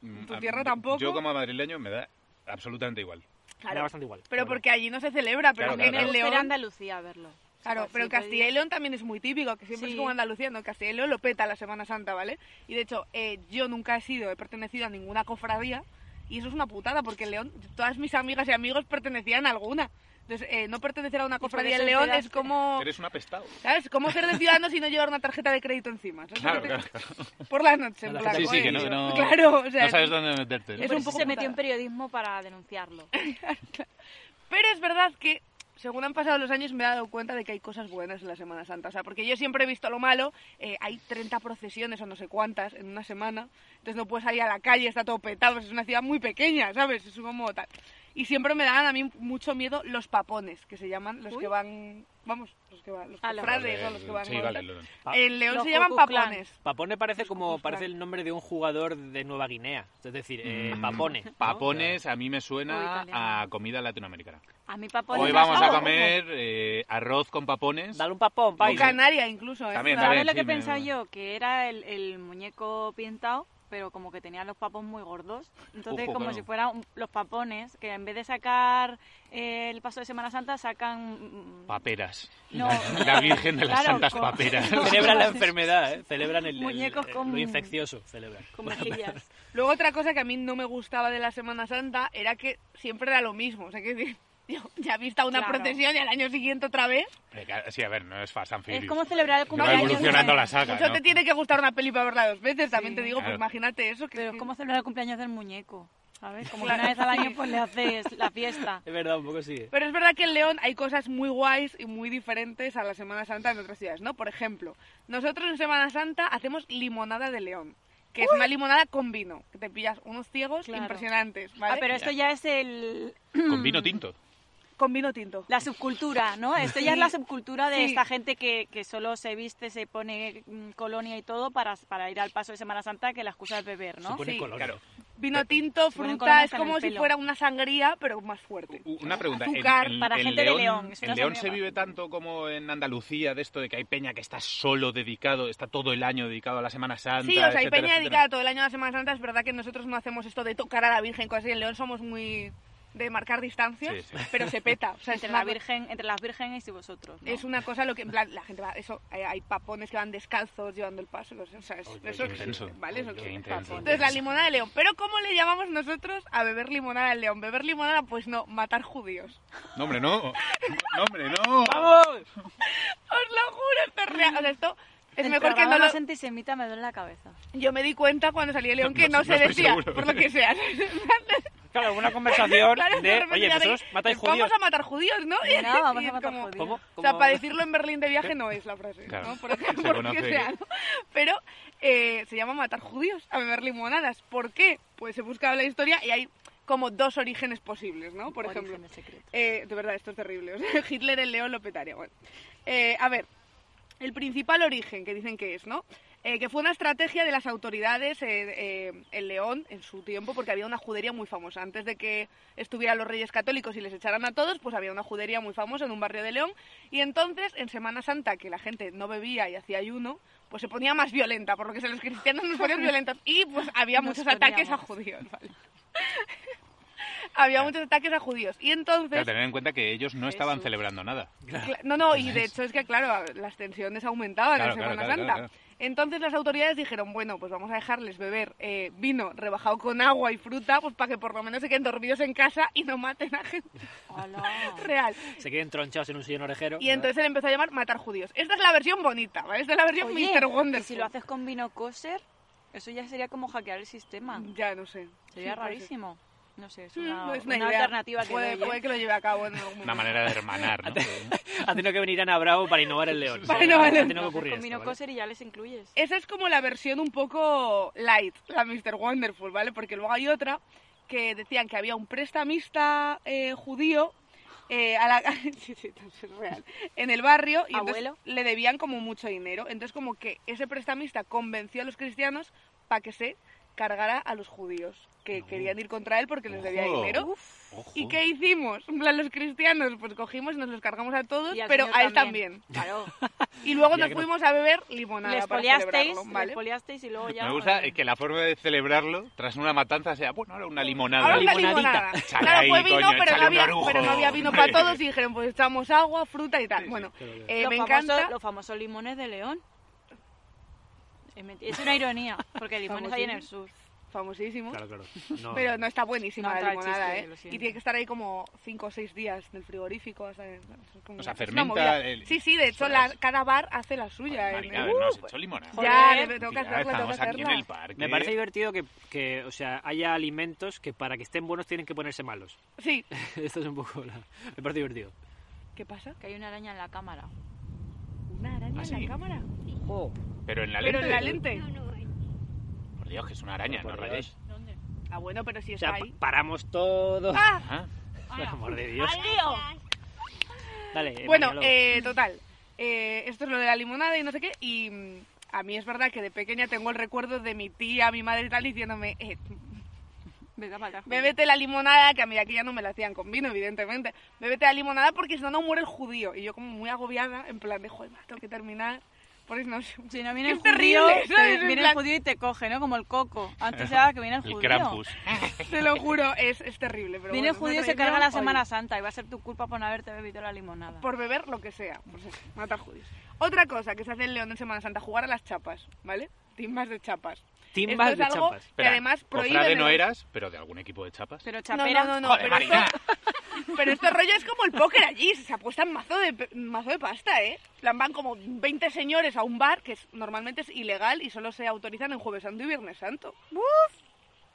S3: Mm,
S2: ¿Tu
S3: a-
S2: tierra tampoco?
S3: Yo como madrileño me da absolutamente igual.
S1: Me da bastante igual.
S2: Pero
S1: la verdad.
S2: porque allí no se celebra, pero
S3: Claro,
S2: también
S3: claro,
S2: en
S4: Me
S2: León.
S4: gustaría Andalucía verlo.
S2: Claro,
S4: Sí,
S2: pero en
S4: sí,
S2: Castilla y León también es muy típico, que siempre
S4: Sí.
S2: es como Andalucía, ¿no? En Castilla y León lo peta la Semana Santa, ¿vale? Y de hecho, eh, yo nunca he sido, he pertenecido a ninguna cofradía, y eso es una putada, porque en León todas mis amigas y amigos pertenecían a alguna. Entonces, eh, no pertenecer a una
S4: por
S2: cofradía
S4: eso
S2: en León
S4: empezaste.
S2: es como,
S3: Eres un apestado.
S2: ¿sabes? Como ser de ciudadanos y no llevar una tarjeta de crédito encima. ¿sabes?
S3: Claro,
S2: Entonces,
S3: claro. claro.
S2: Por la noche, en
S1: Una
S2: plan,
S1: tarjeta
S3: Sí, sí, que no,
S2: oye,
S3: no,
S2: Claro, o sea,
S3: no sabes dónde meterte.
S2: es un
S4: Por eso
S2: poco
S4: se
S2: putada.
S4: metió en periodismo para denunciarlo.
S2: Pero es verdad que, según han pasado los años, me he dado cuenta de que hay cosas buenas en la Semana Santa. O sea, porque yo siempre he visto lo malo, eh, hay 30 procesiones o no sé cuántas en una semana, entonces no puedes salir a la calle, está todo petado, pues es una ciudad muy pequeña, ¿sabes? Es como tal. Y siempre me daban a mí mucho miedo los papones, que se llaman los
S4: Uy.
S2: que van, vamos, los que van, los
S4: A la-
S2: cofrades o los que van.
S3: Sí,
S2: con
S3: vale,
S2: tal.
S3: lo- lo-
S1: Pa-
S2: En León
S4: Los
S2: se llaman
S4: Ku Klux Klan.
S2: papones.
S1: Papone parece como
S2: Justo.
S1: parece el nombre de un jugador de Nueva Guinea, es decir, eh,
S3: Mm.
S1: Papone. ¿no?
S3: Papones a mí me
S4: O
S3: suena
S4: italiano. Pues
S3: a comida latinoamericana.
S4: A mi papá
S3: Hoy
S4: le
S3: vamos a
S4: pasaba.
S3: comer eh, arroz con papones.
S1: Dale un papón,
S2: O
S1: país.
S2: Canaria incluso, ¿eh?
S3: También,
S2: Una-
S4: ¿Sabes lo
S3: sí,
S4: que
S3: me-
S4: pensaba yo? Que era el, el muñeco pintado, pero como que tenía los papos muy gordos. Entonces,
S3: Ojo,
S4: como
S3: claro.
S4: si fueran un- los papones, que en vez de sacar eh, el paso de Semana Santa, sacan... mm,
S3: Paperas.
S4: No.
S3: La Virgen de las
S4: Claro,
S3: Santas
S4: con-
S3: Paperas.
S1: Celebran la enfermedad, ¿eh? celebran el, el-
S4: Muñecos
S1: el-
S4: con-
S1: lo infeccioso, celebran.
S4: con mejillas.
S2: Luego otra cosa que a mí no me gustaba de la Semana Santa era que siempre era lo mismo. O sea, que decir, yo ya he visto una
S4: Claro.
S2: procesión y al año siguiente otra vez.
S3: Eh, claro, Sí, a ver, no es Fast and Furious.
S4: Es como celebrar el
S3: Que va
S4: cumpleaños.
S3: evolucionando
S4: de-
S3: la saga,
S2: Mucho
S3: ¿no?
S2: te tiene que gustar una peli para verla dos veces. También
S4: Sí.
S2: te digo,
S3: Claro.
S2: pues imagínate eso. Que
S4: Pero es como celebrar el cumpleaños del muñeco, ¿sabes? Como que
S2: Claro.
S4: una vez al año pues le haces la fiesta.
S1: Es verdad, un poco sí. ¿eh?
S2: Pero es verdad que en León hay cosas muy guays y muy diferentes a la Semana Santa en otras ciudades, ¿no? Por ejemplo, nosotros en Semana Santa hacemos limonada de León, que es una limonada con vino, que te pillas unos ciegos
S4: Claro.
S2: impresionantes, ¿vale?
S4: Ah, pero esto ya es el...
S3: Con vino tinto.
S2: Con vino tinto.
S4: La subcultura, ¿no? Esto ya es la subcultura de
S2: Sí.
S4: esta gente que, que solo se viste, se pone mm, colonia y todo para, para ir al paso de Semana Santa, que la excusa de beber, ¿no?
S1: Supone
S2: Sí.
S1: color.
S3: Claro.
S2: Vino tinto,
S4: ponen
S2: fruta,
S4: colonias
S2: es
S4: en
S2: como
S4: el
S2: si
S4: pelo.
S2: fuera una sangría, pero más fuerte.
S3: U- Una pregunta. ¿en-
S2: Azúcar
S3: en,
S4: para
S3: en
S4: gente de
S3: León,
S4: León, es
S3: ¿En
S4: una
S3: León
S4: salida.
S3: se vive tanto como en Andalucía de esto de que hay peña que está solo dedicado, está todo el año dedicado a la Semana Santa?
S2: Sí, o sea, hay
S3: etcétera,
S2: peña
S3: etcétera?
S2: dedicada todo el año a la Semana Santa. Es verdad que nosotros no hacemos esto de tocar a la Virgen, cosas así. En León somos muy de marcar distancias,
S3: Sí, sí.
S2: pero se peta. O sea, es
S4: entre,
S2: una,
S4: la virgen, entre las vírgenes y vosotros. ¿no?
S2: es una cosa lo que, en plan, la gente va, eso, hay, hay papones que van descalzos llevando el paso, no sé, o sea, es-
S1: Oye,
S2: eso
S3: qué intenso.
S2: ¿vale? Eso
S1: Oye,
S2: que-
S3: Qué intenso.
S2: Entonces, la limonada de León. Pero, ¿cómo le llamamos nosotros a beber limonada de León? Beber limonada, pues no, matar judíos.
S3: No, hombre, no. No, hombre, no.
S1: ¡Vamos!
S2: Os lo juro, esto es real. O sea, esto es
S4: El
S2: mejor que
S4: programa
S2: no lo...
S4: más antisemita me duele la cabeza.
S2: Yo me di cuenta cuando salí de León que no,
S3: No,
S2: se
S3: no estoy
S2: decía,
S3: seguro.
S2: por lo que sea.
S1: Claro, una conversación
S2: Claro,
S1: de,
S2: repente
S1: oye,
S2: ya de-
S1: vosotros matáis judíos.
S2: Vamos a matar judíos, ¿no?
S4: De nada, vamos
S2: Y
S4: a
S2: es
S4: matar
S2: como-
S4: judíos.
S1: ¿Cómo?
S2: O sea,
S1: ¿Cómo?
S2: para decirlo en Berlín de
S1: ¿Eh?
S2: viaje no es la frase,
S3: Claro,
S2: ¿no? Por
S3: se
S2: ejemplo, por
S3: conoce.
S2: que sea, ¿no? Pero eh, se llama matar judíos a beber limonadas. ¿Por qué? Pues he buscado la historia y hay como dos orígenes posibles, ¿no? Por ejemplo,
S4: Orígenes secretos.
S2: eh, de verdad, esto es terrible. o sea, Hitler el león lo petaría. Bueno. Eh, a ver, el principal origen que dicen que es, ¿no? Eh, que fue una estrategia de las autoridades eh, eh, en León en su tiempo, porque había una judería muy famosa. Antes de que estuvieran los reyes católicos y les echaran a todos, pues había una judería muy famosa en un barrio de León. Y entonces, en Semana Santa, que la gente no bebía y hacía ayuno, pues se ponía más violenta, por lo que se los cristianos nos ponían violentos. Y pues había
S4: Nos
S2: muchos ataques a
S4: poníamos.
S2: judíos, ¿vale? había muchos ataques a judíos. Y entonces...
S3: Claro, tener en cuenta que ellos no estaban
S4: Jesús.
S3: celebrando nada.
S2: Cla- No, no, y de hecho es que, claro, las tensiones aumentaban
S3: Claro,
S2: en
S3: claro,
S2: Semana
S3: claro,
S2: Santa.
S3: claro,
S2: Entonces las autoridades dijeron, bueno, pues vamos a dejarles beber eh, vino rebajado con agua y fruta, pues para que por lo menos se queden dormidos en casa y no maten a gente
S4: Hola.
S2: real.
S1: Se queden tronchados en un sillón orejero.
S2: Y entonces él empezó a llamar matar judíos. Esta es la versión bonita, ¿vale? Esta es la versión
S4: Oye,
S2: Mr.
S4: ¿y
S2: Wonderful.
S4: si lo haces con vino kosher, eso ya sería como hackear el sistema.
S2: Ya, no sé. Mm, Sí, puede
S4: Sería
S2: ser.
S4: rarísimo. No sé, es
S2: Mm,
S4: una,
S2: no es
S4: una
S2: una, idea.
S4: alternativa que
S2: puede,
S4: doy, ¿eh?
S2: puede que lo lleve a cabo en algún momento.
S3: Una manera de hermanar, ¿no?
S1: Ha tenido que venir Ana Bravo para innovar el león.
S2: Para innovar el
S1: Ha
S2: león.
S1: tenido que
S4: Lo haces
S1: ocurrir
S4: con
S1: esto,
S4: vino
S1: ¿vale?
S4: kosher y ya les incluyes.
S2: Esa es como la versión un poco light, la Mr. Wonderful, ¿vale? Porque luego hay otra que decían que había un prestamista eh, judío eh, a la- sí, sí, es real. en el barrio y entonces
S4: Abuelo.
S2: le debían como mucho dinero. Entonces como que ese prestamista convenció a los cristianos para que se cargara a los judíos que
S1: No.
S2: querían ir contra él porque les debía
S3: Ojo.
S2: dinero.
S3: Ojo.
S2: ¿Y qué hicimos? En plan, los cristianos, pues cogimos y nos los cargamos a todos,
S4: Y al
S2: pero
S4: señor
S2: a él también.
S4: también. Claro.
S2: Y luego
S1: Ya
S2: nos
S1: que no-
S2: fuimos a beber limonada.
S4: les
S2: para
S4: poliasteis,
S2: celebrarlo, ¿vale?
S4: les poliasteis y luego ya...
S3: Me gusta
S4: bueno.
S3: que la forma de celebrarlo tras una matanza sea, bueno, ahora una limonada.
S2: Ahora
S1: Ahora
S2: una
S1: limonadita.
S2: limonada.
S3: Chale
S2: Claro,
S3: ahí,
S2: fue vino,
S3: coño,
S2: pero,
S3: échale
S2: no
S3: un
S2: había,
S3: orujo,
S2: pero no había vino
S3: hombre.
S2: para todos y dijeron, pues echamos agua, fruta y tal. Bueno, eh,
S4: Los
S2: me
S4: famosos-
S2: encanta.
S4: Los famosos limones de León. Es menti- Es una ironía, porque limones hay en el sur.
S2: Famosísimo.
S1: Claro, claro. No,
S2: Pero no está buenísima
S4: No
S2: la
S4: trae
S2: limonada,
S4: chiste, lo
S2: ¿eh?
S4: siento.
S2: Y tiene que estar ahí como 5 o 6 días en el frigorífico. Hasta,
S3: O sea,
S2: es una
S3: fermenta
S2: movida.
S3: el-
S2: Sí, sí, de hecho,
S3: Ostras.
S2: la- cada bar hace la suya. en-
S3: Marina,
S2: en-
S3: no has
S2: ¡Uh!
S3: hecho limonada.
S2: ya,
S4: Joder.
S2: le- tengo que hacerla,
S3: Tía,
S2: tengo que
S3: Estamos aquí en
S2: hacerla.
S3: el parque. Ah,
S1: Me parece divertido que, que, o sea, haya alimentos que para que estén buenos tienen que ponerse malos.
S2: Sí.
S1: Esto es un poco... la- Me parece divertido.
S2: ¿Qué pasa?
S4: Que hay una araña en la cámara.
S2: ¿Una araña
S3: ¿Ah,
S2: en
S3: sí?
S2: la cámara?
S3: Pero en la
S2: Pero
S3: lente. uh,
S2: en la lente.
S3: Por Dios, que es una araña, no
S1: Por Dios.
S3: rayéis.
S4: ¿Dónde?
S2: Ah, bueno, pero si
S1: O
S2: está
S1: sea, pa-
S2: ahí.
S1: paramos todo.
S2: ¡Ah!
S3: Ah,
S1: Por amor de Dios.
S4: ¡Al lío!
S1: Dale, eh,
S2: Bueno,
S1: Mañalo.
S2: eh, total. eh, esto es lo de la limonada y no sé qué. Y mm, a mí es verdad que de pequeña tengo el recuerdo de mi tía, mi madre y tal, diciéndome, eh,
S4: Venga, para atrás.
S2: bébete la limonada, que a mí aquí ya no me la hacían con vino, evidentemente. Bébete la limonada porque si no, no muere el judío. Y yo como muy agobiada, en plan de, joder, ma, tengo que terminar. Por eso no sé.
S4: Si no viene el
S2: Es terrible,
S4: judío,
S2: ¿sabes?
S4: te-
S2: En
S4: viene el
S2: plan-
S4: judío y te coge, ¿no? Como el coco. Antes era que viene el
S3: el
S4: judío.
S3: Krampus.
S2: Te lo juro, es, es terrible. Pero
S4: Viene
S2: bueno,
S4: el
S2: es
S4: judío y
S2: una
S4: se carga la
S2: tradición,
S4: Semana
S2: oye,
S4: Santa y va a ser tu culpa por no haberte bebido la limonada.
S2: Por beber lo que sea. Por ser, matar judíos. Otra cosa que se hace en León en Semana Santa, jugar a las chapas, ¿vale? Timbas de chapas.
S1: Timbas
S2: Esto
S1: de
S2: es algo
S1: chapas.
S2: que
S3: Espera,
S2: además prohíbe...
S3: cofrade no eras, pero de algún equipo de chapas.
S4: Pero
S2: No,
S4: chapera,
S2: no, no, no,
S3: Joder,
S2: pero,
S3: Marina.
S2: esto, pero este rollo es como el póker allí, se apuestan mazo de, pe- mazo de pasta, ¿eh? En plan, Van como 20 señores a un bar, que es- normalmente es ilegal y solo se autorizan en Jueves Santo y Viernes Santo.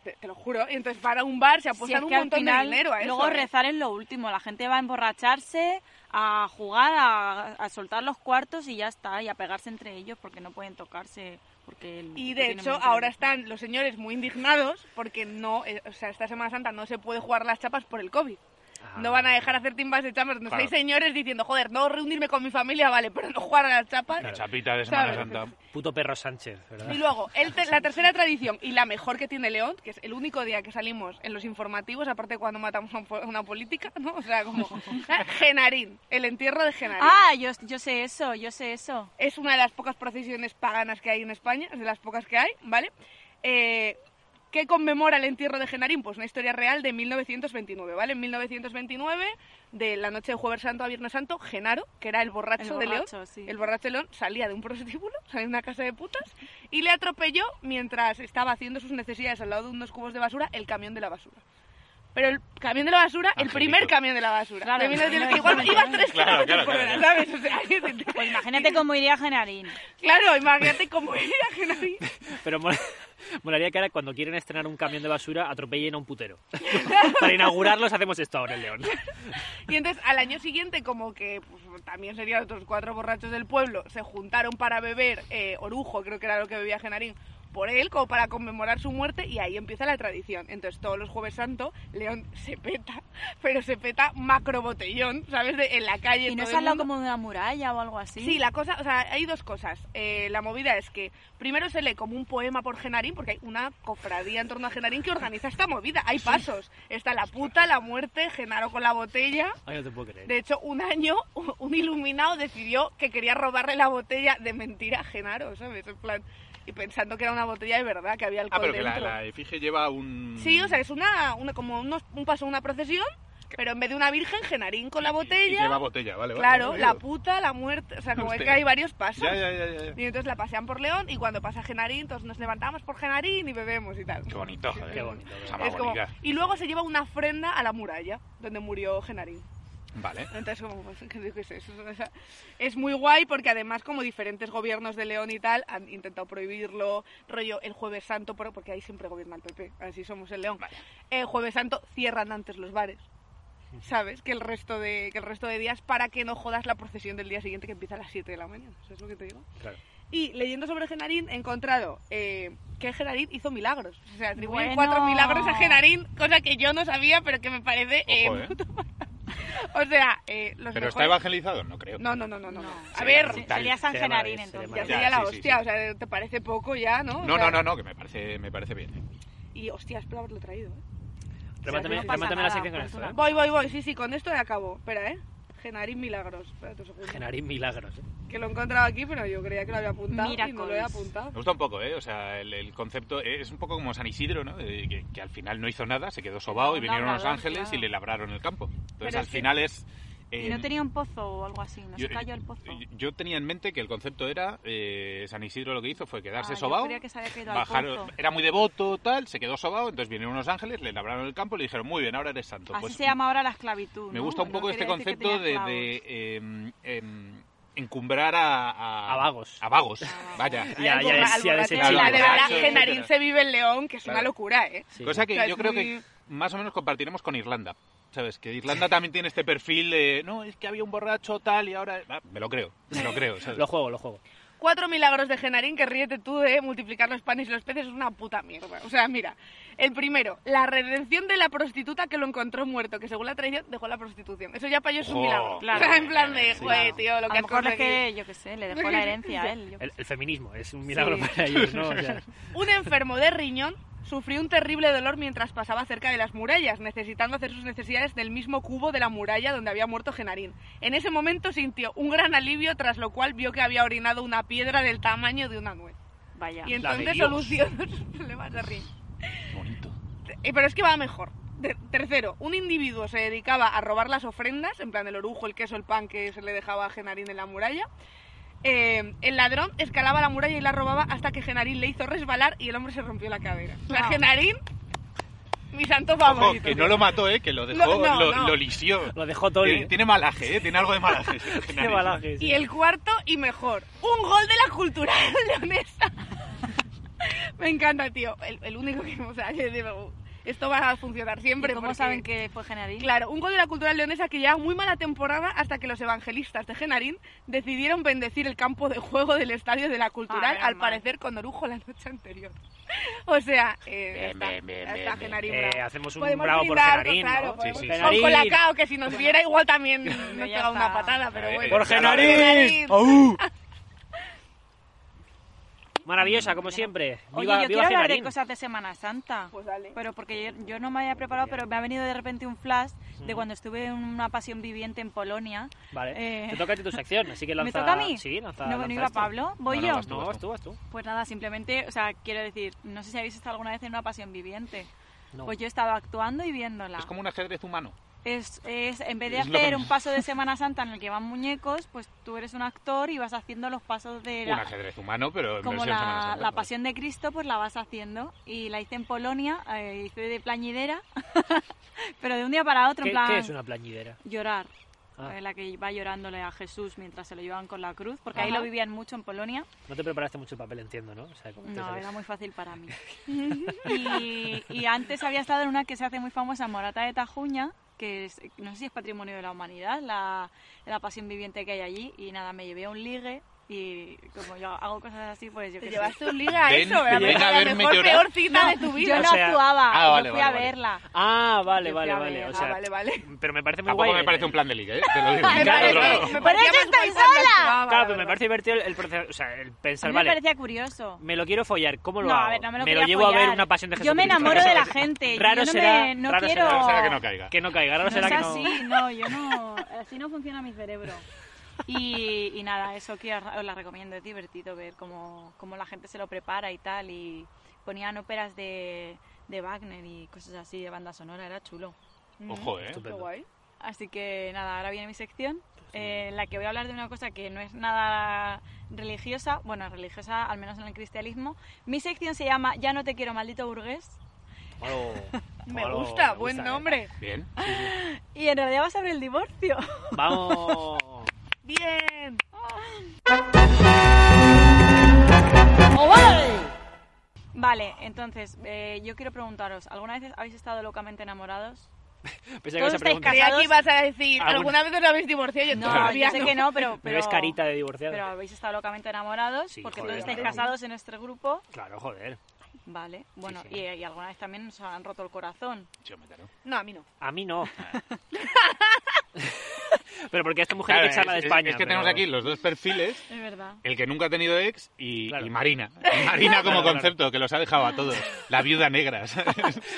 S2: Te, te lo juro. Y entonces van a un bar, se
S4: si
S2: apuestan
S4: es que
S2: un
S4: al
S2: montón
S4: final,
S2: de dinero a eso.
S4: Luego
S2: ¿eh?
S4: rezar es lo último. La gente va a emborracharse, a jugar, a, a soltar los cuartos y ya está. Y a pegarse entre ellos porque no pueden tocarse. Porque el-
S2: Y
S4: que
S2: de
S4: tiene
S2: hecho
S4: mucho-
S2: ahora están los señores muy indignados porque no, eh, o sea, esta Semana Santa no se puede jugar las chapas por el COVID.
S1: Ah.
S2: No van a dejar hacer timbas de chapas. No
S3: Claro.
S2: hay señores diciendo, joder, no reunirme con mi familia, vale, pero no jugar a las chapas.
S3: La chapita de Semana
S2: ¿Sabes?
S3: Santa.
S1: Puto perro Sánchez, ¿verdad?
S2: Y luego, el te- la tercera tradición y la mejor que tiene León, que es el único día que salimos en los informativos, aparte de cuando matamos a un po- una política, ¿no? O sea, como. ¿eh? Genarín, el entierro de Genarín.
S4: Ah, yo, yo sé eso, yo sé eso.
S2: Es una de las pocas procesiones paganas que hay en España, es de las pocas que hay, ¿vale? Eh, ¿Qué conmemora el entierro de Genarín? Pues una historia real de 1929, ¿vale? En 1929, de la noche de Jueves Santo a Viernes Santo, Genaro, que era el borracho,
S4: El
S2: de
S4: borracho,
S2: León,
S4: sí. Pues
S2: el borracho de León, salía de un prostíbulo, salía de una casa de putas, y le atropelló mientras estaba haciendo sus necesidades al lado de unos cubos de basura el camión de la basura. Pero el camión de la basura,
S3: Angelito.
S2: el primer camión de la basura.
S4: Claro,
S2: de
S4: el
S2: 1929,
S4: primero.
S2: igual iba tres kilómetros
S3: Claro, claro,
S2: por
S3: claro,
S2: hora, ¿sabes? O sea,
S4: Pues imagínate cómo iría Genarín.
S2: Claro, imagínate cómo era Genarín.
S1: Pero mola, Molaría que ahora cuando quieren estrenar un camión de basura atropellen a un putero. Para inaugurarlos hacemos esto ahora en León.
S2: Y entonces al año siguiente, como que pues, también serían otros cuatro borrachos del pueblo, se juntaron para beber eh, orujo, creo que era lo que bebía Genarín, por él, como para conmemorar su muerte, y ahí empieza la tradición. Entonces todos los jueves santo, León se peta, pero se peta macro botellón, ¿sabes? De- en la calle.
S4: Y
S2: todo
S4: no es
S2: el
S4: al lado
S2: mundo.
S4: como de una muralla o algo así.
S2: Sí, la cosa, o sea, hay dos cosas. Eh, la movida es que primero se lee como un poema por Genarín, porque hay una cofradía en torno a Genarín que organiza esta movida. Hay pasos. Está la puta, la muerte, Genaro con la botella.
S1: Ay, no te puedo creer.
S2: De hecho, un año u- un iluminado decidió que quería robarle la botella de mentira a Genaro, ¿sabes? En plan, y pensando que era una botella de verdad, que había alcohol
S3: Ah, pero que la,
S2: dentro.
S3: la efigie lleva un...
S2: Sí, o sea, es una, una como unos- un paso, una procesión, pero en vez de una virgen, Genarín con la
S3: Y- y
S2: botella.
S3: lleva botella, vale, vale,
S2: claro,
S3: vale,
S2: la
S3: vale.
S2: puta, la muerte, o sea, como
S3: Hostia.
S2: que hay varios pasos.
S3: Ya, ya, ya, ya, ya.
S2: Y entonces la pasean por León y cuando pasa Genarín, todos nos levantamos por Genarín y bebemos y tal.
S3: Qué bonito, joder.
S1: Qué bonito. qué bonito.
S3: Esa más
S2: Es como-
S3: bonita.
S2: y luego se lleva una ofrenda a la muralla, donde murió Genarín.
S3: Vale.
S2: Entonces, como, pues, ¿qué- qué es eso? O sea, es muy guay porque además como diferentes gobiernos de León y tal han intentado prohibirlo, rollo el jueves santo, por- porque ahí siempre gobierna el PP, así somos en León. El jueves santo cierran antes los bares, ¿sabes? Que el resto de que el resto de días para que no jodas la procesión del día siguiente que empieza a las 7 de la mañana, ¿sabes lo que te digo?
S1: Claro.
S2: Y leyendo sobre Genarín he encontrado eh, que Genarín hizo milagros, o sea, atribuyen
S4: Bueno.
S2: cuatro milagros a Genarín, cosa que yo no sabía, pero que me parece... eh,
S3: Ojo, ¿eh?
S2: O sea, eh, los
S3: Pero está
S2: mejores-
S3: evangelizado, no creo.
S2: no, no, no, no, no.
S4: No.
S2: A
S3: Sí,
S2: ver,
S3: sí,
S4: Sería San
S1: Sería
S4: Genarín,
S1: maravilloso, sería
S4: entonces.
S2: ya
S3: Ya,
S2: sería la
S3: sí, sí,
S2: hostia,
S3: sí.
S2: o sea, te parece poco ya, ¿no? O
S3: No,
S2: sea,
S3: no, no, no, que me parece, me parece bien. ¿eh?
S2: Y hostia, espero haberlo traído, ¿eh?
S1: Remátame,
S4: no pasa
S1: remátame la
S4: nada,
S1: sección con
S4: por
S1: esto,
S4: eso
S1: ¿eh?
S4: no.
S2: Voy, voy, voy, sí, sí, con esto ya acabo. Espera, ¿eh? Genarín Milagros, espérate un segundo.
S1: Genarín Milagros. ¿eh?
S2: Que lo he encontrado aquí, pero yo creía que lo había apuntado y no lo he
S4: Miracles.
S2: apuntado.
S3: Me gusta un poco, ¿eh? O sea, el, el concepto eh, es un poco como San Isidro, ¿no? Eh, que, que al final no hizo nada, se quedó sobao y
S4: Un
S3: vinieron los
S4: labrador,
S3: ángeles
S4: claro.
S3: y le labraron el campo. Entonces
S2: Pero
S3: al
S2: es que-
S3: final es... eh,
S4: Y no tenía un pozo o algo así, no se cayó el pozo.
S3: yo- yo tenía en mente que el concepto era eh, San Isidro lo que hizo fue quedarse
S4: Ah, yo
S3: sobao,
S4: creía que se había caído al
S3: bajaron,
S4: pozo.
S3: era muy devoto tal, se quedó sobao, entonces vinieron unos ángeles, le labraron el campo y le dijeron muy bien, ahora eres santo.
S4: Así
S3: Pues,
S4: se llama ahora la esclavitud.
S3: Me
S4: ¿no?
S3: gusta un
S4: No
S3: poco este
S4: quería decir que
S3: concepto de,
S4: tenía
S3: de,
S4: clavos.
S3: em, em, encumbrar a, a,
S1: A vagos.
S3: A vagos, vaya.
S1: Ya, ya
S2: Al borra-
S1: es-
S2: al
S1: ya
S2: borracho.
S1: desecho,
S2: La de
S3: borracho,
S2: verdad,
S3: etcétera.
S2: Genarín se vive en León, que es una
S3: Claro.
S2: locura, ¿eh?
S1: Sí.
S3: Cosa que
S2: O sea,
S3: yo
S2: es
S3: creo
S2: muy-
S3: que más o menos compartiremos con Irlanda. ¿Sabes? Que Irlanda también tiene este perfil de. No, es que había un borracho tal y ahora. Ah, me lo creo, me lo creo. ¿sabes?
S1: Lo juego, lo juego.
S2: Cuatro milagros de Genarín que ríete tú de multiplicar los panes y los peces es una puta mierda. O sea, mira, el primero, la redención de la prostituta que lo encontró muerto, que según la tradición dejó la prostitución. Eso ya para yo es un
S3: Ojo,
S2: milagro.
S3: claro.
S2: O sea, en plan de,
S3: Sí,
S2: joder,
S3: claro.
S2: Pues, tío, lo
S4: a
S2: que
S4: lo
S2: has
S4: mejor es
S2: conseguido.
S4: que, yo qué sé, le dejó la herencia a él. yo qué
S1: El,
S4: sé.
S1: el feminismo es un milagro
S4: Sí.
S1: para ellos, ¿no? O sea,
S2: Un enfermo de riñón sufrió un terrible dolor mientras pasaba cerca de las murallas, necesitando hacer sus necesidades del mismo cubo de la muralla donde había muerto Genarín. En ese momento sintió un gran alivio, tras lo cual vio que había orinado una piedra del tamaño de una nuez.
S4: Vaya.
S2: Y
S1: La de
S2: entonces
S1: Dios.
S2: solucionó sus problemas de riñón.
S3: Qué bonito.
S2: Eh, pero es que va mejor. Ter- tercero, un individuo se dedicaba a robar las ofrendas, en plan el orujo, el queso, el pan que se le dejaba a Genarín en la muralla. Eh, el ladrón escalaba la muralla y la robaba hasta que Genarín le hizo resbalar y el hombre se rompió la cadera. O sea,
S4: Wow.
S2: Genarín, mi santo
S3: Ojo,
S2: favorito.
S3: que no lo mató, ¿eh? Que lo dejó,
S2: No, no,
S3: lo,
S2: no.
S3: lo lisió.
S1: Lo dejó todo
S3: Tiene,
S1: libre.
S3: tiene malaje, ¿eh? Tiene algo de malaje.
S1: Qué balaje, sí.
S2: Y el cuarto y mejor, un gol de la cultura leonesa. Me encanta, tío. El, el único que... O sea, yo digo, esto va a funcionar siempre.
S4: ¿Y ¿Cómo
S2: porque-
S4: saben que fue Genarín?
S2: Claro, un gol de la cultura leonesa que lleva muy mala temporada hasta que los evangelistas de Genarín decidieron bendecir el campo de juego del estadio de la cultural,
S4: menos
S2: al
S4: mal.
S2: parecer con orujo la noche anterior. O sea, eh,
S3: Bien,
S2: está,
S3: bien, bien,
S2: está
S3: bien,
S2: Genarín.
S1: Eh,
S2: bravo.
S1: hacemos un
S2: Podemos
S1: bravo por
S2: brindar,
S1: Genarín,
S2: claro,
S1: ¿no?
S2: podemos-
S3: Sí, sí,
S1: sí.
S2: Con
S1: Genarín.
S2: Colacao, que si nos viera igual también nos
S4: ya
S2: pega una
S4: está.
S2: patada, pero
S3: Eh,
S2: bueno.
S1: ¡Por
S3: eh,
S1: Genarín!
S2: Genarín.
S1: ¡Aú! Maravillosa, como siempre. Viva,
S4: Oye, yo
S1: viva
S4: quiero hablar
S1: Genarín.
S4: de cosas de Semana Santa.
S2: Pues dale.
S4: Pero porque yo, yo no me había preparado, pero me ha venido de repente un flash de cuando estuve en una pasión viviente en Polonia.
S1: Vale.
S4: Eh.
S1: Te toca a ti tu sección, así que
S4: ¿Me
S1: lanza.
S4: toca a mí?
S1: Sí, lanza.
S4: ¿No, no
S1: lanza
S4: iba
S1: esto.
S4: Pablo? ¿Voy
S3: No, no,
S4: yo?
S3: vas
S1: No, vas tú, vas tú.
S4: Pues nada, simplemente, o sea, quiero decir, no sé si habéis estado alguna vez en una pasión viviente.
S1: No.
S4: Pues yo he estado actuando y viéndola.
S3: Es como un ajedrez humano.
S4: Es, es- en vez de
S3: Es lo
S4: hacer
S3: que-
S4: un paso de Semana Santa en el que van muñecos, pues tú eres un actor y vas haciendo los pasos de
S3: Un
S4: la,
S3: ajedrez humano, pero en
S4: como
S3: versión Semana
S4: la,
S3: Santa,
S4: la
S3: ¿no?
S4: pasión de Cristo, pues la vas haciendo. Y la hice en Polonia, eh, hice de plañidera, pero de un día para otro,
S1: ¿Qué,
S4: en plan,
S1: qué es una plañidera?
S4: llorar.
S1: Ah.
S4: eh, la que va llorándole a Jesús mientras se lo llevan con la cruz, porque ahí
S2: Ajá.
S4: lo vivían mucho en Polonia.
S1: No te preparaste mucho el papel, entiendo, ¿no? O sea, como te
S4: No,
S1: sabes.
S4: era muy fácil para mí. y, y antes había estado en una que se hace muy famosa, Morata de Tajuña, que es- no sé si es patrimonio de la humanidad, la, la pasión viviente que hay allí. Y nada, me llevé a un ligue y como yo hago cosas así, pues yo
S2: Te
S4: qué sé.
S2: llevaste un liga a
S3: Ven-
S2: eso, ¿verdad?
S3: ven a
S2: la
S3: verme
S2: mejor,
S3: llorar.
S2: peor cita
S4: No,
S2: de tu vida.
S4: Yo no
S1: O sea-
S4: actuaba,
S3: Ah,
S4: yo
S3: vale,
S4: fui
S3: vale,
S4: a
S3: vale.
S4: verla.
S1: Ah, vale,
S4: Yo fui
S1: vale,
S4: a
S1: vale.
S4: ver,
S1: O
S2: Ah,
S1: sea,
S2: vale, vale.
S1: pero me parece muy
S3: Tampoco
S1: guay.
S3: me
S1: el-
S3: parece un plan de liga, ¿eh? Te lo digo.
S1: Me
S3: Claro,
S1: parece-
S3: claro.
S2: parecía
S4: me- ¡Por eso
S2: más
S4: estoy
S2: guay cuando
S4: sola!
S2: actuaba,
S1: Claro,
S2: la
S1: pero me
S2: verdad.
S1: parece divertido el, el proceso, o sea, el
S4: A
S1: pensar,
S4: mí
S1: vale,
S4: me parecía curioso.
S1: me lo quiero follar, ¿cómo lo
S4: No,
S1: hago?
S4: a ver, no me lo
S1: lo
S4: quería
S1: llevo a ver
S4: follar.
S1: una pasión de
S4: Yo
S1: Jesús.
S4: me
S1: Cristo.
S4: enamoro de la
S1: Será-
S4: gente, yo
S1: Raro
S4: no me-
S1: será,
S4: no
S1: raro
S4: quiero-
S1: será
S3: Ahora será que no caiga.
S1: que no caiga, raro
S4: No
S1: será
S4: es
S1: que
S4: así,
S1: no...
S4: no, yo no. Así no funciona mi cerebro. Y, y nada, eso que os os la recomiendo, es divertido ver cómo, cómo la gente se lo prepara y tal. Y ponían óperas de, de Wagner y cosas así de banda sonora, era chulo.
S3: Ojo, ¿eh?
S2: Qué
S1: Estupendo.
S2: guay.
S4: Así que nada, ahora viene mi sección, eh, en la que voy a hablar de una cosa que no es nada religiosa, bueno, religiosa al menos en el cristianismo. Mi sección se llama Ya no te quiero, maldito burgués.
S1: Oh,
S2: Me
S1: oh,
S2: gusta,
S1: me
S2: buen
S1: gusta, eh.
S2: nombre.
S3: Bien.
S4: Y en realidad va sobre el divorcio.
S1: Vamos.
S2: Bien.
S4: Vale, entonces, eh, yo quiero preguntaros, ¿alguna vez habéis estado locamente enamorados?
S1: Pensé que ibas a
S4: Todos estáis
S1: preguntar.
S4: casados.
S2: Creí que aquí vas a decir,
S3: Ah,
S1: Alguna-
S2: ¿alguna vez os habéis divorciado? Yo
S4: No,
S2: todavía
S4: yo sé
S2: no.
S4: que no, pero...
S1: Me
S4: pero
S1: ves carita de divorciado.
S4: Pero habéis estado locamente enamorados,
S1: Sí,
S4: porque
S1: joder,
S4: todos estáis
S1: claro.
S4: casados en nuestro grupo.
S1: Claro, joder.
S4: Vale, bueno,
S1: sí.
S4: Y, y alguna vez también nos han roto el corazón.
S3: Sí, hombre, claro.
S2: No, a mí no.
S1: A mí no. pero porque esta mujer
S3: Claro,
S1: hay que echarla de
S3: es-
S1: España.
S3: Es que tenemos
S1: pero-
S3: aquí los dos perfiles
S4: Es verdad.
S3: El que nunca ha tenido ex y,
S1: Claro.
S3: y Marina. Marina
S1: Claro,
S3: como
S1: claro.
S3: concepto, que los ha dejado a todos. La viuda negra. ¿sabes?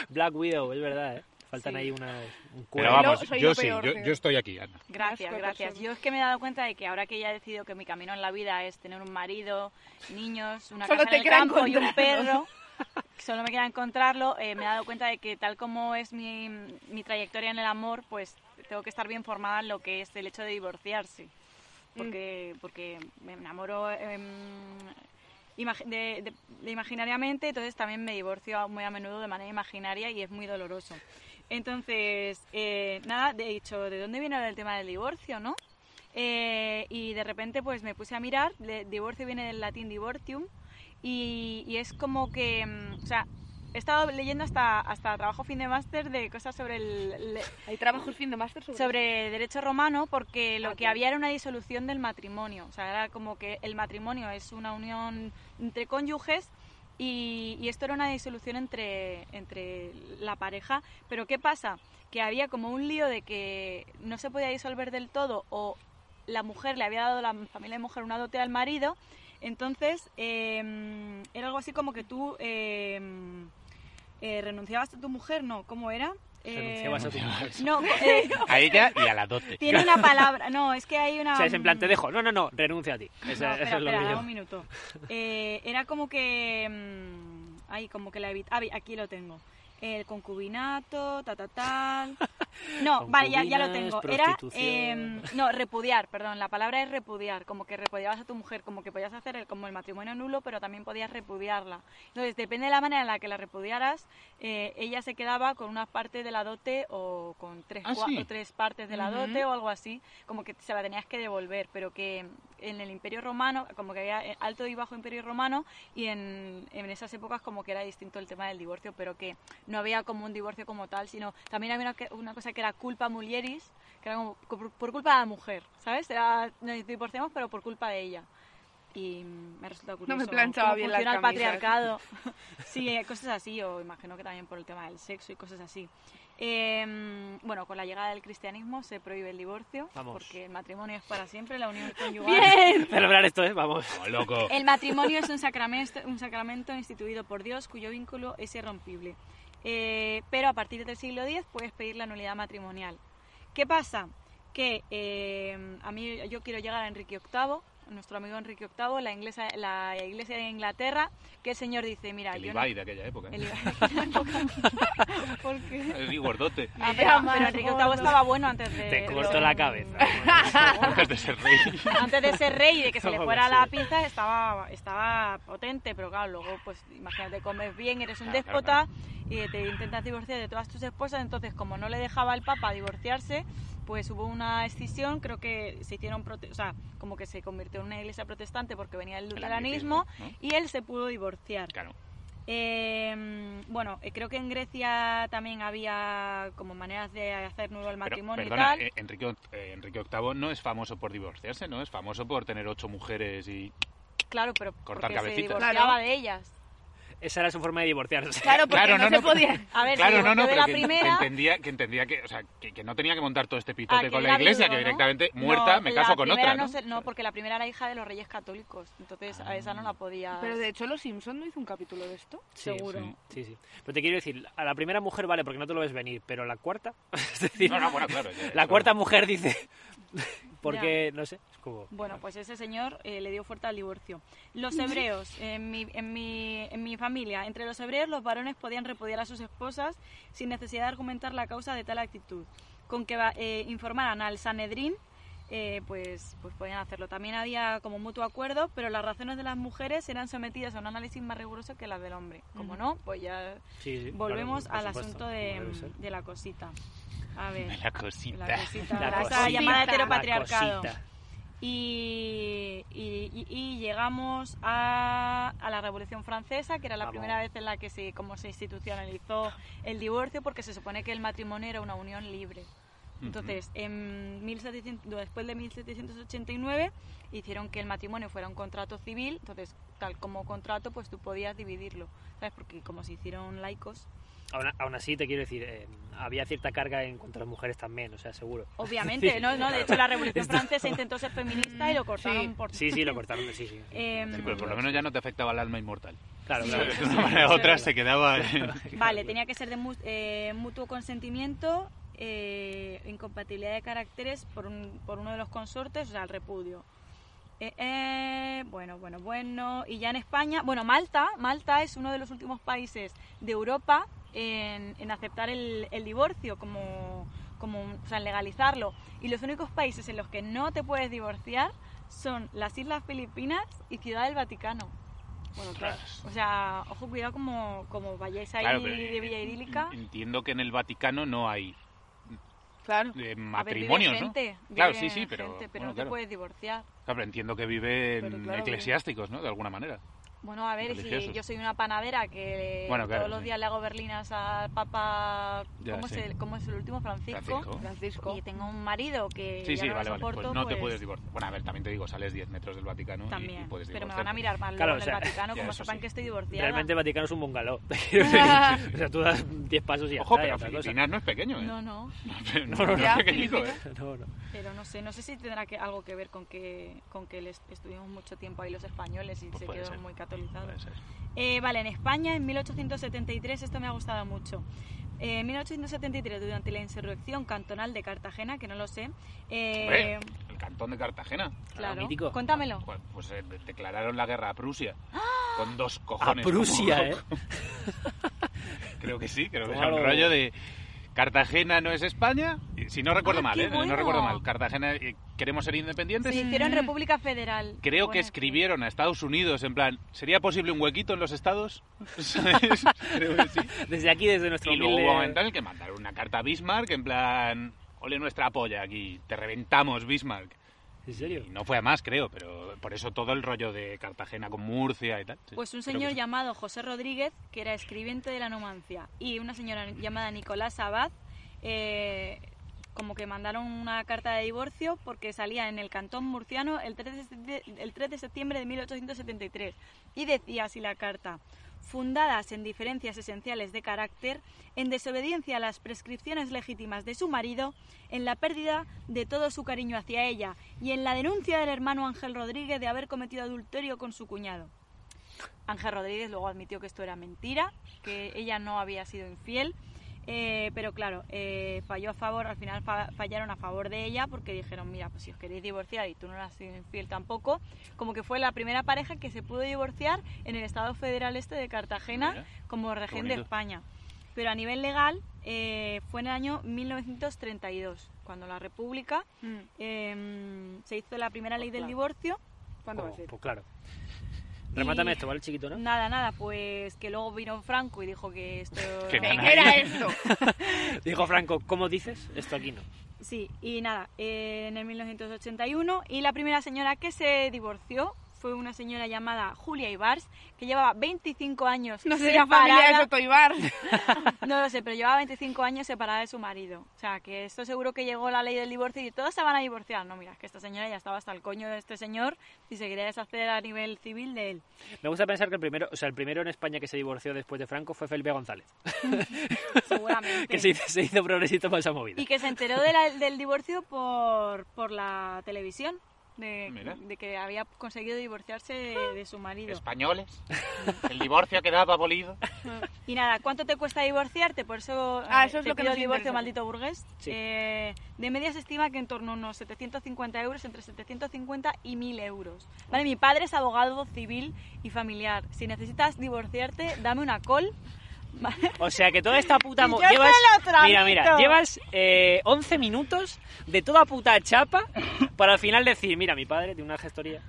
S1: Black Widow, es verdad, ¿eh? Faltan
S4: Sí.
S1: ahí unas, un
S3: Pero
S1: cuero.
S2: Yo
S3: vamos,
S2: soy
S3: yo
S2: lo
S3: sí,
S2: peor,
S3: yo,
S2: tío.
S3: yo estoy aquí, Ana.
S4: Gracias,
S2: Asco de
S4: gracias.
S2: persona.
S4: Yo es que me he dado cuenta de que ahora que ya he decidido que mi camino en la vida es tener un marido, niños, una
S2: Solo
S4: casa
S2: te
S4: en el
S2: queda
S4: campo y un
S2: encontrarlo.
S4: perro, solo me queda encontrarlo, eh, me he dado cuenta de que tal como es mi, mi trayectoria en el amor, pues tengo que estar bien formada en lo que es el hecho de divorciarse.
S2: Mm.
S4: Porque, porque me enamoro em, imag- de- de- de imaginariamente, entonces también me divorcio a- muy a menudo de manera imaginaria y es muy doloroso. Entonces, eh, nada, de hecho, ¿de dónde viene ahora el tema del divorcio, no? Eh, y de repente pues me puse a mirar, le- divorcio viene del latín divortium, y, y es como que, mm, o sea, he estado leyendo hasta, hasta trabajo fin de máster de cosas sobre el, le-
S2: Hay trabajos fin de máster sobre...
S4: sobre derecho romano porque lo
S2: Ah,
S4: que
S2: ok.
S4: había era una disolución del matrimonio. O sea, era como que el matrimonio es una unión entre cónyuges y, y esto era una disolución entre, entre la pareja. Pero ¿qué pasa? Que había como un lío de que no se podía disolver del todo o la mujer le había dado la familia de mujer una dote al marido. Entonces, eh, era algo así como que tú eh, eh, renunciabas a tu mujer, ¿no? ¿Cómo era? Eh,
S1: Renunciabas a tu mujer.
S4: no, eh,
S3: A ella y a la dote.
S4: tiene una palabra. No, es que hay una. mm,
S1: O sea, es en plan, te dejo. No, no, no, renuncia a ti. Esa-
S4: No,
S1: eso
S4: espera,
S1: es lo
S4: espera,
S1: que
S4: dame
S1: yo.
S4: un minuto. Eh, era como que. mm, ay, como que la evit. ah, vi- aquí lo tengo. El concubinato, ta ta tal. No, vale, ya, ya lo tengo. Era.
S1: Concubinas,
S4: eh, no, repudiar, perdón. La palabra es repudiar. Como que repudiabas a tu mujer. Como que podías hacer el, como el matrimonio nulo, pero también podías repudiarla. Entonces, depende de la manera en la que la repudiaras, eh, ella se quedaba con una parte de la dote o con tres,
S3: Ah,
S4: cua-
S3: sí.
S4: o tres partes de la
S2: Ujú.
S4: dote o algo así, como que se la tenías que devolver, pero que en el Imperio Romano, como que había eh, alto y bajo Imperio Romano, y en, en esas épocas como que era distinto el tema del divorcio, pero que no había como un divorcio como tal, sino también había una, que- una cosa que era culpa mulieris, que era como por, por culpa de la mujer, ¿sabes? Era, nos divorciamos, pero por culpa de ella. Y mm, me resulta curioso.
S2: me planchaba
S4: cómo
S2: bien las
S4: funciona el
S2: camisas.
S4: patriarcado. Sí, eh, cosas así, o imagino que también por el tema del sexo y cosas así. Eh, bueno, con la llegada del cristianismo se prohíbe el divorcio,
S1: Vamos.
S4: porque el matrimonio es para siempre, la unión conyugal.
S1: ¡Bien! Celebrar esto, ¿eh? Vamos.
S3: Como loco.
S4: El matrimonio es un sacramento, un sacramento instituido por Dios cuyo vínculo es irrompible. Eh, pero a partir del siglo X puedes pedir la nulidad matrimonial. ¿Qué pasa? Que eh, a mí yo quiero llegar a Enrique VIII, nuestro amigo Enrique VIII, la, inglesa, la iglesia de Inglaterra, que el señor dice, mira,
S3: El
S4: yo
S3: Ibai de aquella época.
S4: no... El
S3: El,
S4: Ibai. ¿Por qué?
S3: gordote.
S4: Ah, pero, pero Enrique VIII estaba bueno antes de...
S1: Te corto la cabeza.
S3: Antes de ser rey.
S4: antes de ser rey y de que se le
S1: Joder,
S4: fuera la
S1: sí.
S4: pinza estaba estaba potente pero claro luego pues imagínate comes bien eres un
S3: Claro,
S4: déspota
S3: claro,
S4: y te intentas divorciar de todas tus esposas. Entonces, como no le dejaba al Papa divorciarse, pues hubo una escisión, creo que se hicieron, prote- o sea, como que se convirtió en una iglesia protestante porque venía el luteranismo
S3: anglicanismo,
S4: y él se pudo divorciar.
S3: Claro.
S4: Eh, bueno, eh, creo que en Grecia también había como maneras de hacer nudo al
S3: Pero,
S4: matrimonio
S3: perdona,
S4: y tal.
S3: eh, Enrique, eh, Enrique VIII no es famoso por divorciarse, ¿no? Es famoso por tener ocho mujeres y...
S4: claro, pero
S3: cortar
S4: porque se
S3: cabecitas.
S4: divorciaba
S2: Claro.
S4: de ellas.
S1: Esa era su forma de divorciarse.
S2: Claro, porque
S3: Claro,
S2: no,
S3: no,
S2: se
S3: no,
S2: podía.
S4: A ver,
S3: claro,
S4: se
S3: no,
S4: divorció
S3: no,
S4: de
S3: pero
S4: la
S3: que, que
S4: primera.
S3: entendía, que, entendía que, o sea, que, que no tenía que montar todo este
S4: ah,
S3: pitote
S4: que
S3: con
S4: era
S3: la iglesia,
S4: viudo,
S3: que
S4: ¿no?
S3: directamente
S4: No,
S3: muerta, me
S4: la
S3: caso con
S4: primera
S3: otra, ¿no?
S4: No, se- no, porque la primera era hija de los reyes católicos, entonces a esa no
S3: Ah.
S4: la podía...
S2: Pero de hecho, Los Simpson no hizo un capítulo de esto.
S1: Sí,
S4: seguro.
S3: sí.
S1: Sí, sí. Pero te quiero decir, a la primera mujer vale porque no te lo ves venir, pero la cuarta, es decir,
S3: No, no, bueno, claro. ya,
S1: la
S3: eso-
S1: cuarta mujer dice,
S4: Ya.
S1: porque no sé, es como...
S4: Bueno, pues ese señor eh, le dio fuerte al divorcio. Los hebreos, en mi, en, mi, en mi familia, entre los hebreos los varones podían repudiar a sus esposas sin necesidad de argumentar la causa de tal actitud. Con que va- eh, informaran al Sanedrín, eh, pues, pues podían hacerlo. También había como mutuo acuerdo, pero las razones de las mujeres eran sometidas a un análisis más riguroso que las del hombre. Como no, pues ya
S1: Sí, sí,
S4: volvemos
S1: claro, por
S4: al
S1: supuesto,
S4: asunto
S1: como
S4: de,
S1: debe ser.
S4: de la cosita. A ver,
S3: La cosita.
S4: la cosita,
S1: La
S4: la
S1: cosita.
S4: llamada heteropatriarcado.
S1: cosita.
S4: Y, y- y- y llegamos a, a la Revolución Francesa, que era la
S1: Vamos.
S4: primera vez en la que se, como se institucionalizó el divorcio, porque se supone que el matrimonio era una unión libre. Entonces, en 1700 después de 1789 hicieron que el matrimonio fuera un contrato civil, entonces tal como contrato pues tú podías dividirlo, ¿sabes? Porque como se hicieron laicos,
S1: Aún, aún así, te quiero decir, eh, había cierta carga en cuanto a las mujeres también, o sea, seguro.
S4: obviamente,
S1: Sí,
S4: ¿no? ¿no? De hecho la Revolución
S1: Esto-
S4: Francesa intentó ser feminista y lo cortaron
S2: Sí.
S4: por
S1: Sí, sí, lo cortaron, sí, sí.
S4: Em,
S3: Sí, pero por lo menos ya no te afectaba el alma inmortal.
S1: Claro, claro.
S3: De una manera u otra se quedaba...
S4: Vale, tenía que ser de mu- eh, mutuo consentimiento, eh, incompatibilidad de caracteres por, un- por uno de los consortes, o sea, el repudio. Eh, eh, bueno, bueno, bueno. Y ya en España, bueno, Malta, Malta es uno de los últimos países de Europa en, en aceptar el, el divorcio como, como un- o sea, en legalizarlo. Y los únicos países en los que no te puedes divorciar son las Islas Filipinas y Ciudad del Vaticano. Bueno, claro. O sea, ojo, cuidado como, como vayáis ahí
S3: Claro, pero,
S4: de Villa
S3: eh,
S4: Idílica.
S3: Entiendo que en el Vaticano no hay
S2: Claro.
S3: eh,
S4: A ver, vive
S3: matrimonios, ¿no?
S4: gente,
S3: Claro,
S4: vive
S3: sí, sí, pero,
S4: gente,
S3: bueno,
S4: no te
S3: claro.
S4: puedes divorciar.
S3: Claro, pero entiendo que viven
S2: Pero claro,
S3: eclesiásticos, ¿no? De alguna manera.
S4: Bueno, a ver, si
S3: Religiosos.
S4: yo soy una panadera que
S3: Bueno, claro,
S4: todos los
S3: sí.
S4: días le hago berlinas al Papa,
S3: Ya,
S4: ¿cómo,
S3: sí.
S4: es el, cómo es el último? Francisco.
S3: Francisco.
S2: Francisco.
S4: Y tengo un marido que
S3: Sí,
S4: ya
S3: sí,
S4: no lo
S3: vale, vale. Pues
S4: soporto,
S3: no te
S4: pues,
S3: puedes divorciar. Bueno, a ver, también te digo, sales 10 metros del Vaticano y-
S4: También,
S3: y puedes
S4: pero me
S3: divorciar.
S4: van a mirar mal
S1: Claro,
S4: luego en
S1: o sea,
S4: el Vaticano
S3: ya,
S4: como
S3: eso
S4: sepan
S3: sí.
S4: que estoy divorciada.
S1: Realmente el Vaticano es un bungalow. te quiero decir. o sea, tú das 10 pasos y ya
S3: Ojo,
S1: está, y
S3: pero
S1: otra cosa.
S3: Filipinas no es pequeño, ¿eh?
S4: No, no,
S3: No, no, no
S2: Ya,
S3: es pequeñito, ¿eh?
S2: Filipinas.
S1: No, no.
S4: pero no sé, no sé si tendrá que, algo que ver con que, con que les- estuvimos mucho tiempo ahí los españoles y
S3: Pues
S4: se
S3: puede
S4: quedó
S3: ser.
S4: muy catolizados.
S3: Puede ser.
S4: Eh, vale, en España en 1873, esto me ha gustado mucho. Eh, En 1873, durante la insurrección cantonal de Cartagena, que no lo sé. eh,
S3: Hombre, el cantón de Cartagena.
S4: claro,
S1: mítico.
S4: cuéntamelo.
S3: Pues, pues, eh, declararon la guerra a Prusia. Con dos
S1: A
S3: cojones.
S1: Prusia, ¿eh?
S3: Creo que sí, creo que
S1: Claro.
S3: era un rollo de Cartagena no es España, y- si no recuerdo
S4: Ah,
S3: mal,
S4: qué
S3: ¿eh?
S4: bueno.
S3: no recuerdo mal, Cartagena eh, queremos ser
S4: Se
S3: independientes.
S4: hicieron República Federal.
S3: Creo
S4: Bueno,
S3: que
S4: sí.
S3: escribieron a Estados Unidos en plan, ¿sería posible un huequito en los estados? ¿Sabes? Creo que sí.
S1: ¿eh? Desde aquí, desde nuestro
S3: Y luego hubo
S1: humilde-
S3: un momento en el que mandaron una carta a Bismarck en plan, ole nuestra polla aquí, te reventamos Bismarck.
S1: ¿En serio?
S3: Y no fue a más, creo, pero por eso todo el rollo de Cartagena con Murcia y tal. sí,
S4: Pues un
S3: creo que
S4: señor
S3: sí.
S4: llamado José Rodríguez, que era escribiente de la Numancia, y una señora llamada Nicolás Abad, eh, como que mandaron una carta de divorcio porque salía en el cantón murciano el 3 de, septiembre- el 3 de septiembre de 1873. Y decía así la carta, fundadas en diferencias esenciales de carácter, en desobediencia a las prescripciones legítimas de su marido, en la pérdida de todo su cariño hacia ella y en la denuncia del hermano Ángel Rodríguez de haber cometido adulterio con su cuñado. Ángel Rodríguez luego admitió que esto era mentira, que ella no había sido infiel, eh, pero claro, eh, falló a favor, al final fa- fallaron a favor de ella porque dijeron, mira, pues si os queréis divorciar y tú no has sido infiel tampoco, como que fue la primera pareja que se pudo divorciar en el Estado Federal Este de Cartagena
S3: Mira,
S4: como regente de
S3: bonito.
S4: España. Pero a nivel legal eh, fue en el año 1932, cuando la República
S2: Mm,
S4: eh, se hizo la primera ley del
S2: Claro.
S4: divorcio
S2: ¿Cuándo va
S1: Oh,
S2: a ser?
S1: Pues claro. Remátame
S4: Y-
S1: esto, ¿vale, chiquito? ¿no?
S4: Nada, nada, pues que luego vino Franco y dijo que esto...
S3: Que
S2: ¿De
S3: nada.
S2: qué
S1: ¿eh?
S2: era esto?
S1: Dijo Franco, ¿cómo dices? Esto aquí no.
S4: Sí, y nada, eh, en el 1981 y la primera señora que se divorció fue una señora llamada Julia Ibars, que llevaba 25 años
S2: No sé si familia de
S4: separada.
S2: Soto Ibar.
S4: No lo sé, pero llevaba 25 años separada de su marido. O sea, que esto seguro que llegó la ley del divorcio y todos se van a divorciar. No, mira, es que esta señora ya estaba hasta el coño de este señor y se quería deshacer a nivel civil de él.
S1: Me gusta pensar que el primero, o sea, el primero en España que se divorció después de Franco fue Felipe González.
S4: Seguramente.
S1: que se hizo, se hizo progresista para esa movida.
S4: Y que se enteró de la- del divorcio por, por la televisión,
S3: Mira.
S4: de, de que había conseguido divorciarse de, de su marido.
S3: Españoles. El divorcio ha quedado abolido.
S4: Y nada, ¿cuánto te cuesta divorciarte? Por eso,
S2: Ah,
S4: eh,
S2: eso es
S4: te
S2: lo que
S4: pido
S2: nos
S4: el divorcio
S2: interesa.
S4: maldito burgués.
S1: Sí.
S4: Eh, de media se estima que en torno a unos 750 euros, entre 750 y 1000 euros. Vale, mi padre es abogado civil y familiar. Si necesitas divorciarte, dame una call. Vale.
S1: O sea que toda esta puta...
S4: Y
S1: mo-
S4: yo
S1: llevas,
S4: te lo
S1: mira, mira,
S4: tramito.
S1: llevas eh, 11 minutos de toda puta chapa para al final decir, mira, mi padre tiene una gestoría.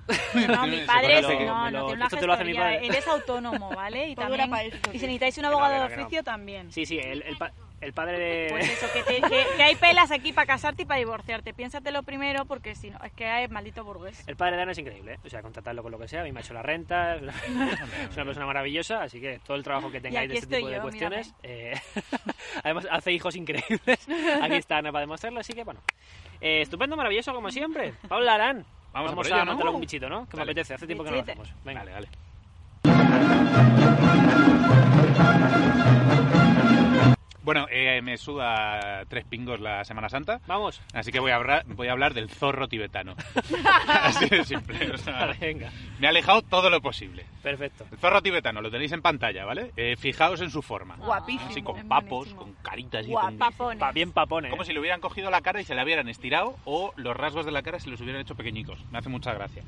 S4: No, mi padre es,
S3: me lo-
S4: no,
S1: me
S4: no
S1: lo-
S4: tiene una
S1: esto te lo hace mi
S4: gestoría,
S1: padre.
S4: él es autónomo, ¿vale? Y
S2: Todo era
S4: también,
S2: para esto,
S4: y
S2: sí.
S4: si necesitáis
S1: Que
S4: un
S1: no,
S4: abogado
S1: que
S4: de
S1: no, que no.
S4: oficio también.
S1: Sí, sí, el, el pa- el padre de...
S4: Pues eso, que, te- que- que hay pelas aquí para casarte y para divorciarte. Piénsatelo primero porque si no, es que hay maldito burgués.
S1: El padre de Ana es increíble, ¿eh? o sea, contratarlo con lo que sea, a mí me ha hecho la renta, es una, es una persona maravillosa, así que todo el trabajo que tengáis de
S4: aquí
S1: este
S4: estoy
S1: tipo de
S4: yo,
S1: cuestiones, eh, además hace hijos increíbles, aquí está Ana para demostrarlo, así que bueno. Eh, estupendo, maravilloso, como siempre. Paula Arán,
S3: Vamos a por
S1: a,
S3: ello, ¿no?
S1: mandarle un bichito, ¿no? Que me
S3: Dale.
S1: apetece, hace tiempo que no lo
S4: Bichito.
S1: hacemos. Venga,
S3: Vale, vale. Bueno, eh, me suda tres pingos la Semana Santa.
S1: vamos.
S3: Así que voy a, hablar, voy a hablar del zorro tibetano. Así de simple. o sea,
S1: Venga,
S3: me he alejado todo lo posible.
S1: perfecto.
S3: El zorro tibetano lo tenéis en pantalla, ¿vale? Eh, fijaos en su forma.
S2: Guapísimo.
S3: Así
S4: Ah, Es
S3: con papos,
S4: buenísimo.
S3: con caritas y con...
S4: Guapapones.
S1: Pa- bien papones. ¿eh?
S3: Como si le hubieran cogido la cara y se la hubieran estirado o los rasgos de la cara se los hubieran hecho pequeñicos. Me hace mucha gracia.